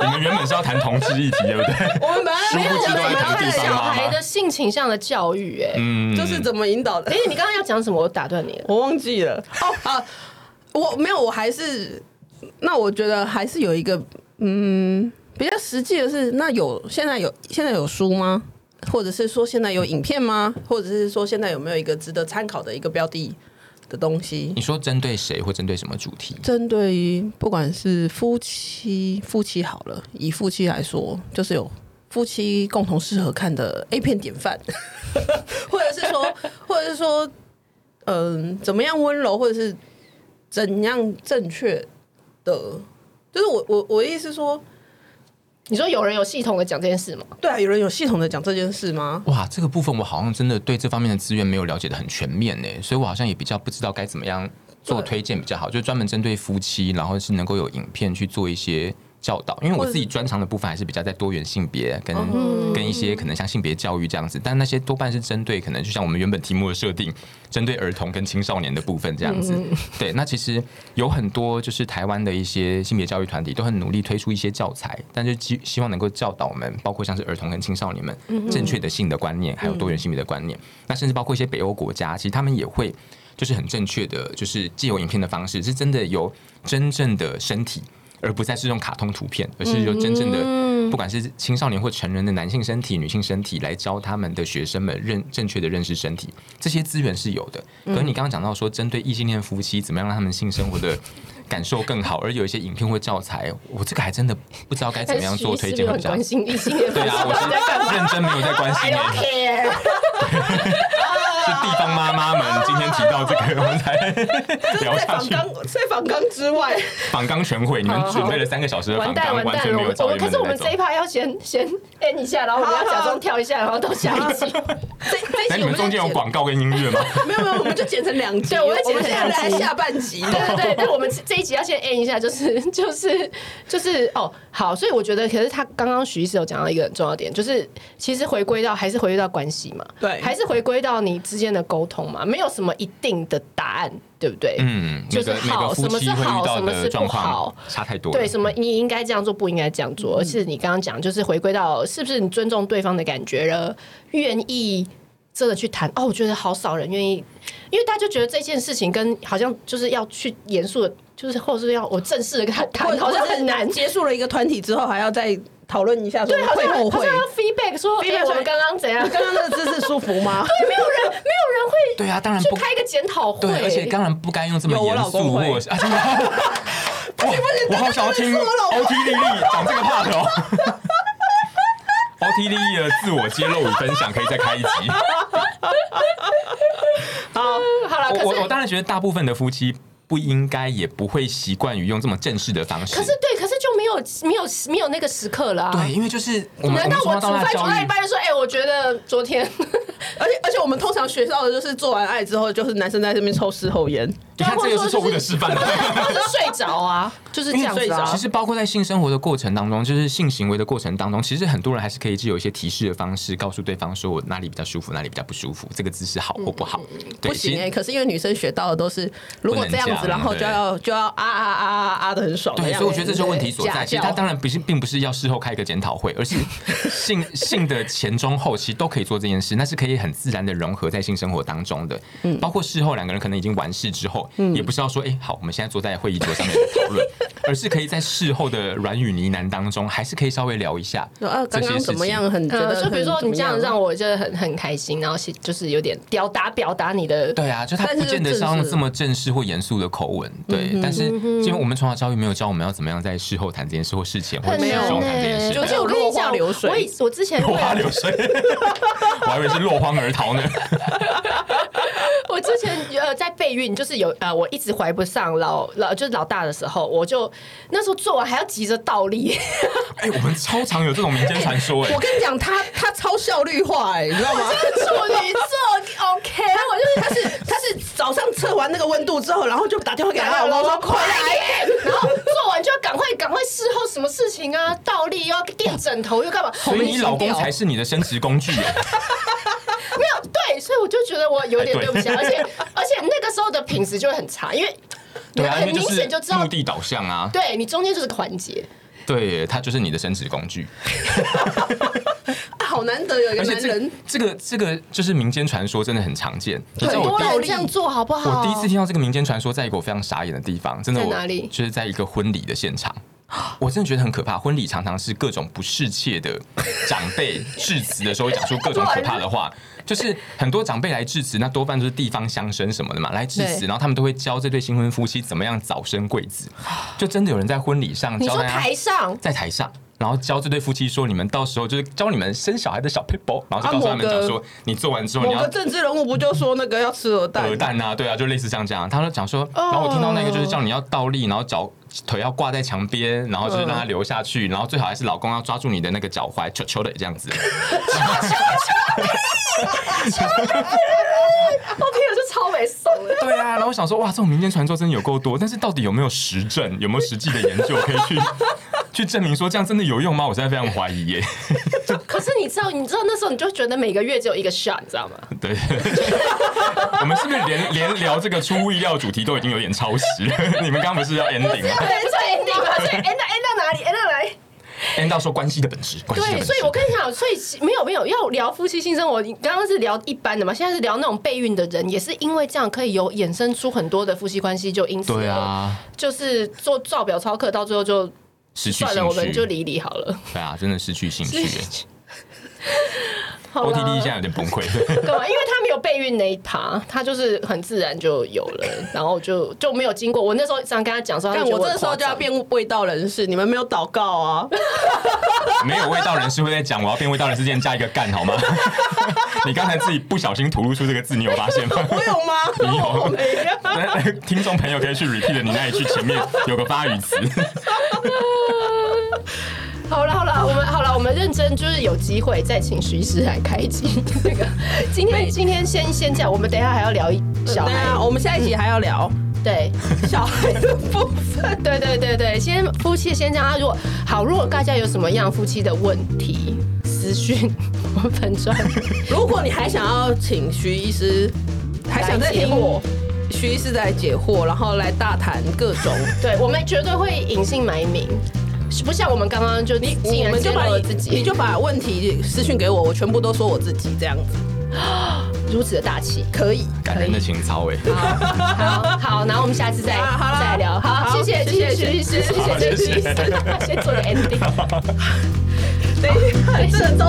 Speaker 3: 你们原本是要谈同志议题，对不对？
Speaker 4: 我们本来
Speaker 3: 殊
Speaker 4: 没
Speaker 3: 不
Speaker 4: 有
Speaker 3: 知
Speaker 4: 讲
Speaker 3: 都在谈
Speaker 2: 对
Speaker 3: 地方
Speaker 2: 小
Speaker 3: 妈
Speaker 2: 孩
Speaker 3: 妈
Speaker 2: 的。性倾向的教育，哎，
Speaker 3: 嗯
Speaker 4: 就是怎么引导的
Speaker 2: 哎，，你刚刚要讲什么？我打断你了。
Speaker 4: 我忘记了。哦啊，我没有，我还是那我觉得还是有一个嗯比较实际的是，那有现在有现在有书吗？或者是说现在有影片吗？或者是说现在有没有一个值得参考的一个标的的东西？
Speaker 3: 你说针对谁或针对什么主题？
Speaker 4: 针对于不管是夫妻夫妻好了，以夫妻来说，就是有夫妻共同适合看的 A 片典范， [LAUGHS] 或者是说， [LAUGHS] 或者是说，嗯、怎么样温柔，或者是怎样正确的，就是我我我的意思是说，
Speaker 2: 你说有人有系统的讲这件事吗？
Speaker 4: 对啊，有人有系统的讲这件事吗？
Speaker 3: 哇，这个部分我好像真的对这方面的资源没有了解的很全面呢，所以我好像也比较不知道该怎么样做推荐比较好，就专门针对夫妻，然后是能够有影片去做一些教导，因为我自己专长的部分还是比较在多元性别跟、
Speaker 2: 嗯
Speaker 3: 嗯跟一些可能像性别教育这样子，但那些多半是针对可能就像我们原本题目的设定，针对儿童跟青少年的部分这样子。对，那其实有很多就是台湾的一些性别教育团体都很努力推出一些教材，但就希希望能够教导我们，包括像是儿童跟青少年们正确的性的观念，还有多元性别的观念。那甚至包括一些北欧国家，其实他们也会。就是很正确的，就是借由影片的方式，是真的有真正的身体而不再是用卡通图片，而是有真正的，
Speaker 2: 嗯
Speaker 3: 不管是青少年或成人的男性身体、女性身体，来教他们的学生们认正确的认识身体，这些资源是有的。可
Speaker 2: 嗯
Speaker 3: 是你刚刚讲到说，针对异性恋夫妻，怎么样让他们性生活的感受更好，而有一些影片或教材，我这个还真的不知道该怎么样做推荐会
Speaker 2: 很
Speaker 3: 比较好
Speaker 2: 关。心异哎性恋
Speaker 3: 对啊，我是认真没有在关心、欸。
Speaker 2: care，
Speaker 3: 是地方妈妈们今天提到这个，我们才聊
Speaker 4: 在
Speaker 3: 下
Speaker 4: 访
Speaker 3: 去。
Speaker 4: 纲在访纲之外，
Speaker 3: 访纲全会，你们准备了三个小时的
Speaker 2: 完
Speaker 3: 访
Speaker 2: 蛋
Speaker 3: 纲，
Speaker 2: 完
Speaker 3: 完
Speaker 2: 蛋
Speaker 3: 全
Speaker 2: 了！
Speaker 3: 没
Speaker 2: 我
Speaker 3: 有
Speaker 2: 们
Speaker 3: 照
Speaker 2: 我
Speaker 3: 原
Speaker 2: 们可是
Speaker 3: 本的
Speaker 2: 我
Speaker 3: 那
Speaker 2: 们这一
Speaker 3: 种。
Speaker 2: 趴要先先 end 一下，然后我们要假装跳一下，然后到下一
Speaker 3: [LAUGHS]
Speaker 2: 集。
Speaker 4: 这
Speaker 2: 哎
Speaker 4: 这一集
Speaker 3: [LAUGHS] 那你
Speaker 4: 我
Speaker 3: 们
Speaker 4: 就
Speaker 3: 中间有
Speaker 4: 剪
Speaker 3: 广告跟音
Speaker 2: [LAUGHS]
Speaker 3: 乐吗？
Speaker 4: 没有没有，我们就剪成两集。
Speaker 2: 对我会剪成
Speaker 4: 们现在
Speaker 2: 两集 [LAUGHS]
Speaker 4: 来下半集。
Speaker 2: 对对对，但我们这一集要先 end 一下，就是 [LAUGHS] 就是就是哦，好，所以我觉得，可是他刚刚徐医师有讲到一个很重要点，就是其实回归到还是回归到关系嘛，
Speaker 4: 对
Speaker 2: 还是回归到你之间的沟通嘛，没有什么一定的答案，对不对？
Speaker 3: 嗯，每
Speaker 2: 就是
Speaker 3: 个每个
Speaker 2: 好
Speaker 3: 夫
Speaker 2: 什么
Speaker 3: 妻
Speaker 2: 是
Speaker 3: 会遇
Speaker 2: 好，
Speaker 3: 到
Speaker 2: 什么
Speaker 3: 的
Speaker 2: 是
Speaker 3: 状
Speaker 2: 不
Speaker 3: 况
Speaker 2: 好。
Speaker 3: 差太多了。
Speaker 2: 对，什么你应该这样做，不应该这样做，而是你刚刚讲，就是回归到是不是你尊重对方的感觉了，愿意真的去谈。哦，我觉得好少人愿意，因为大家就觉得这件事情跟好像就是要去严肃的，就是或者是要我正式的跟他
Speaker 4: 或
Speaker 2: 谈，
Speaker 4: 者
Speaker 2: 好像
Speaker 4: 或者是
Speaker 2: 很难。
Speaker 4: 结束了一个团体之后，还要再讨论一下说
Speaker 2: 对，好
Speaker 4: 会
Speaker 2: 像
Speaker 4: 不
Speaker 2: 好
Speaker 4: 会
Speaker 2: 像？要 feedback 说，哎、
Speaker 4: feedback
Speaker 2: 我们刚刚怎样？ [LAUGHS]
Speaker 4: 刚刚那个姿势舒服吗？
Speaker 2: 没有人，没有人会
Speaker 3: [LAUGHS] 对啊，当然
Speaker 2: 去
Speaker 3: 不
Speaker 2: 开一个检讨会。
Speaker 3: 对，而且当然不该用这么
Speaker 4: 有我
Speaker 3: 严
Speaker 4: 老公
Speaker 3: 肃
Speaker 4: 会
Speaker 3: 或者是啊，
Speaker 2: [LAUGHS]
Speaker 3: 真的吗哇我好想要听 OT 丽丽讲这个 part 哦。OT 丽丽的自我揭露与分享可以再开
Speaker 2: [LAUGHS]
Speaker 3: 一集。
Speaker 2: 啊嗯好了，可
Speaker 3: 我
Speaker 2: 是
Speaker 3: 我我当然觉得大部分的夫妻不应该也不会习惯于用这么正式的方式。
Speaker 2: 可是对，可是就没有没有没有那个时刻了、啊。
Speaker 3: 对，因为就是我们
Speaker 2: 难道
Speaker 3: 我
Speaker 2: 我
Speaker 3: 们
Speaker 2: 煮
Speaker 3: 从小
Speaker 2: 饭
Speaker 3: 到大
Speaker 2: 煮
Speaker 3: 教
Speaker 2: 到一
Speaker 3: 育，
Speaker 2: 半就说，哎、我觉得昨 [LAUGHS] 天
Speaker 4: [LAUGHS] 而且而且我们通常学到的就是做完爱之后，就是男生在这边抽事后烟，
Speaker 3: 你看
Speaker 2: 或
Speaker 3: 这
Speaker 2: 者
Speaker 3: 个
Speaker 2: 说
Speaker 3: 是错误的
Speaker 2: [LAUGHS]
Speaker 3: 示范。
Speaker 2: 或者是睡着啊，就是这样子啊
Speaker 3: 其。实包括在性生活的过程当中，就是性行为的过程当中，其实很多人还是可以藉由一些提示的方式，告诉对方说我哪里比较舒服，哪里比较不舒服，这个姿势好或不好。
Speaker 2: 嗯
Speaker 3: 对，
Speaker 4: 不行
Speaker 2: 欸
Speaker 3: 其
Speaker 4: 哎、
Speaker 3: 实
Speaker 4: 可是因为女生学到的都是，如果这样
Speaker 3: 不能
Speaker 4: 子，
Speaker 3: 这样
Speaker 4: 然后就要就要啊啊啊啊啊的很爽的
Speaker 3: 对，
Speaker 4: 样
Speaker 3: 所以
Speaker 4: 子。
Speaker 3: 我觉得这就是问题所
Speaker 2: 假
Speaker 3: 在。
Speaker 2: 教
Speaker 3: 其实他当然不是，并不是要事后开一个检讨会，而是
Speaker 4: [LAUGHS]
Speaker 3: 性性的前中后期都可以做这件事，那是可以很自然的融合在性生活当中的。
Speaker 4: 嗯
Speaker 3: 包括事后两个人可能已经完事之后，也不是要说，哎、好，我们现在坐在会议桌上面来讨论，而是可以在事后的软语呢喃当中，还是可以稍微聊一下
Speaker 4: 说啊，
Speaker 3: 这
Speaker 4: 刚
Speaker 3: 些
Speaker 4: 刚
Speaker 3: 事
Speaker 4: 怎么
Speaker 3: 情。
Speaker 4: 样？很觉
Speaker 2: 呃，
Speaker 4: 得
Speaker 2: 就比如说你这样让
Speaker 4: 我，
Speaker 2: 我就很很开心，然后是就是有点表达表达你的，
Speaker 3: 对啊，就他
Speaker 4: 但是
Speaker 3: 不见得
Speaker 4: 就是嗯
Speaker 3: 是要用这么正式或严肃的口吻，对。但是因为我们从小教育没有教我们要怎么样在事后谈这件事，或事前或
Speaker 2: 很
Speaker 3: 者事
Speaker 2: 难
Speaker 3: 后
Speaker 2: 呢、
Speaker 3: 谈这件事。
Speaker 4: 欸就
Speaker 2: 而
Speaker 4: 是
Speaker 2: 且我跟你
Speaker 4: 落花
Speaker 2: 讲，
Speaker 4: 流水
Speaker 2: 我以我之前
Speaker 3: 落花
Speaker 2: [LAUGHS]
Speaker 3: 流水，我还以为是落荒而逃呢。
Speaker 2: 我之前呃在备孕，就是有呃我一直怀不上老老就是老大的时候，我就那时候做完还要急着倒立， [LAUGHS]
Speaker 3: 哎，我们超常有这种民间传说，哎
Speaker 4: 我，跟你讲，他他超效率化哎、你知道吗？
Speaker 2: 处女座 OK，我就是
Speaker 4: 他是他是早上测完那个温度之后，然后就打电话给他老公说快来。
Speaker 2: 来， [LAUGHS] 然后做完就要赶快赶快事后什么事情啊，倒立又要垫枕头又干嘛，
Speaker 3: 所以你老
Speaker 2: 我
Speaker 3: 公
Speaker 2: 们
Speaker 3: 才是你的生殖工
Speaker 2: [LAUGHS]
Speaker 3: 具，哎
Speaker 2: 哦没有对，所以我就觉得我有点
Speaker 3: 哎对
Speaker 2: 对不起，而且而且那个时候的品质就会很差，因为
Speaker 3: 对啊，
Speaker 2: 很
Speaker 3: 因为
Speaker 2: 明
Speaker 3: 就是
Speaker 2: 显就知道
Speaker 3: 目，的导向啊，
Speaker 2: 对你中间就是个环节，
Speaker 3: 对，他就是你的生殖工具。
Speaker 4: 啊好难得有一个
Speaker 3: 而且
Speaker 4: 男
Speaker 3: 这个
Speaker 4: 人，
Speaker 3: 这个这个就是民间传说，真的很常见。你
Speaker 2: 很
Speaker 3: 知道我
Speaker 2: 多
Speaker 3: 第一
Speaker 2: 人这样做好不好？
Speaker 3: 我第一次听到这个民间传说，在一个我非常傻眼的地方，真的
Speaker 2: 哦在
Speaker 3: 我
Speaker 2: 哪里
Speaker 3: 就是在一个婚礼的现场，我真的觉得很可怕。婚礼常常是各种不侍妾的长辈致辞的时候，讲出各种可怕的
Speaker 2: [LAUGHS]
Speaker 3: 话。就是很多长辈来致辞，那多半都是地方乡绅什么的嘛，来致辞，
Speaker 2: 对
Speaker 3: 然后他们都会教这对新婚夫妻怎么样早生贵子。就真的有人在婚礼上
Speaker 2: 你
Speaker 3: 教
Speaker 2: 说
Speaker 3: 大家
Speaker 2: 台上
Speaker 3: 在台上，然后教这对夫妻说，你们到时候就是教你们生小孩的小 people，然后就告诉他们讲
Speaker 4: 啊某
Speaker 3: 说，你做完之后
Speaker 4: 某
Speaker 3: 哦你要
Speaker 4: 个政治人物不就说那个要吃鹅蛋
Speaker 3: 鹅？蛋哦啊，对啊，就类似像这样。他就讲说，然后我听到那个就是叫你要倒立，然后脚腿要挂在墙边，然后就是让它流下去，然后最好还是老公要抓住你的那个脚踝，球球的这样子。
Speaker 2: 我朋友就超没怂的。
Speaker 3: [LAUGHS] 对啊，然后我想说，哇，这种民间传说真的有够多，但是到底有没有实证，有没有实际的研究可以去 [LAUGHS] 去证明说这样真的有用吗？我现在非常怀疑 [LAUGHS] 耶。
Speaker 2: [LAUGHS] 可是你知道，你知道那时候你就觉得每个月只有一个 shot，你知道吗？
Speaker 3: 对，我们是不是连连聊这个出乎意料的主题都已经有点 [LAUGHS] 超时了？你们刚刚不是要啊 ending 吗？
Speaker 2: 哎对，所以 ending 嘛，所以 end end 到哪里？end 到哪里？
Speaker 3: N 到说关系的本质，关系的
Speaker 2: 对，
Speaker 3: 本质。
Speaker 2: 所以我跟你讲，所以没有没有要聊夫妻性生活，你刚刚是聊一般的嘛，现在是聊那种备孕的人，也是因为这样可以有衍生出很多的夫妻关系，就因此
Speaker 3: 对，啊，
Speaker 2: 就是做照表操课，到最后就
Speaker 3: 失去
Speaker 2: 算了，我们
Speaker 3: 兴
Speaker 2: 就
Speaker 3: 趣，
Speaker 2: 离一离好
Speaker 3: [LAUGHS]
Speaker 2: 了。
Speaker 3: 对啊，真的失去兴趣欸。
Speaker 2: 好
Speaker 3: O
Speaker 2: 了
Speaker 3: T D 现在有点崩溃，
Speaker 2: [LAUGHS]
Speaker 3: [LAUGHS]
Speaker 2: 干嘛？因为他没有备孕那一趴，他就是很自然就有了，然后就就没有经过。我那时候想跟他讲说，
Speaker 4: 但
Speaker 2: 他就觉
Speaker 4: 我
Speaker 2: 得我
Speaker 4: 这时候就要
Speaker 2: 很夸张
Speaker 4: 变味道人士，你们没有祷告
Speaker 3: [LAUGHS]
Speaker 4: 啊？
Speaker 3: 没有味道人士会在讲我要变味道人士之前加一个干好吗？ [LAUGHS] 你刚才自己不小心吐露出这个字，你有发现吗？ [LAUGHS]
Speaker 4: 我有吗？
Speaker 3: 你有。
Speaker 4: 没有。
Speaker 3: 听众朋友可以去 repeat 你那一句前面有个发语词，
Speaker 2: 好了好了，我们好了，我们认真就是有机会再请徐医师来开
Speaker 4: [LAUGHS]
Speaker 2: 机。这个今天今天先先这样，我们等一下还要聊一小
Speaker 4: 对啊，
Speaker 2: 孩，
Speaker 4: 我们下一集还要聊
Speaker 2: 对
Speaker 4: 小孩的部分。
Speaker 2: 对对对对，先夫妻先这样。啊如果好，如果大家有什么样夫妻的问题，私讯我粉专，
Speaker 4: 如果你还想要请徐医师，还想再
Speaker 2: 来解
Speaker 4: 听
Speaker 2: 惑
Speaker 4: 徐医师来解惑，然后来大谈各
Speaker 2: [LAUGHS]
Speaker 4: 种，
Speaker 2: 对我们绝对会隐姓埋名，是不像我们刚刚就
Speaker 4: 你
Speaker 2: 竟
Speaker 4: 我
Speaker 2: 然
Speaker 4: 们
Speaker 2: 揭
Speaker 4: 就
Speaker 2: 露
Speaker 4: 把
Speaker 2: 了
Speaker 4: 你
Speaker 2: 自己，
Speaker 4: 你就把问题私讯给我，我全部都说我自己这样子，
Speaker 2: 如此的大气。
Speaker 4: 可以。
Speaker 3: 感人的情操哎、
Speaker 2: 好好，然后我们下次再
Speaker 4: 好好啦
Speaker 2: 再聊。好，
Speaker 4: 好
Speaker 2: 谢谢，谢
Speaker 4: 谢谢
Speaker 2: 谢徐医师，谢谢
Speaker 3: 好
Speaker 2: 郑
Speaker 3: 谢
Speaker 2: 徐医
Speaker 3: 谢
Speaker 2: 师，先做个 ending。哎
Speaker 4: 等一下，这个周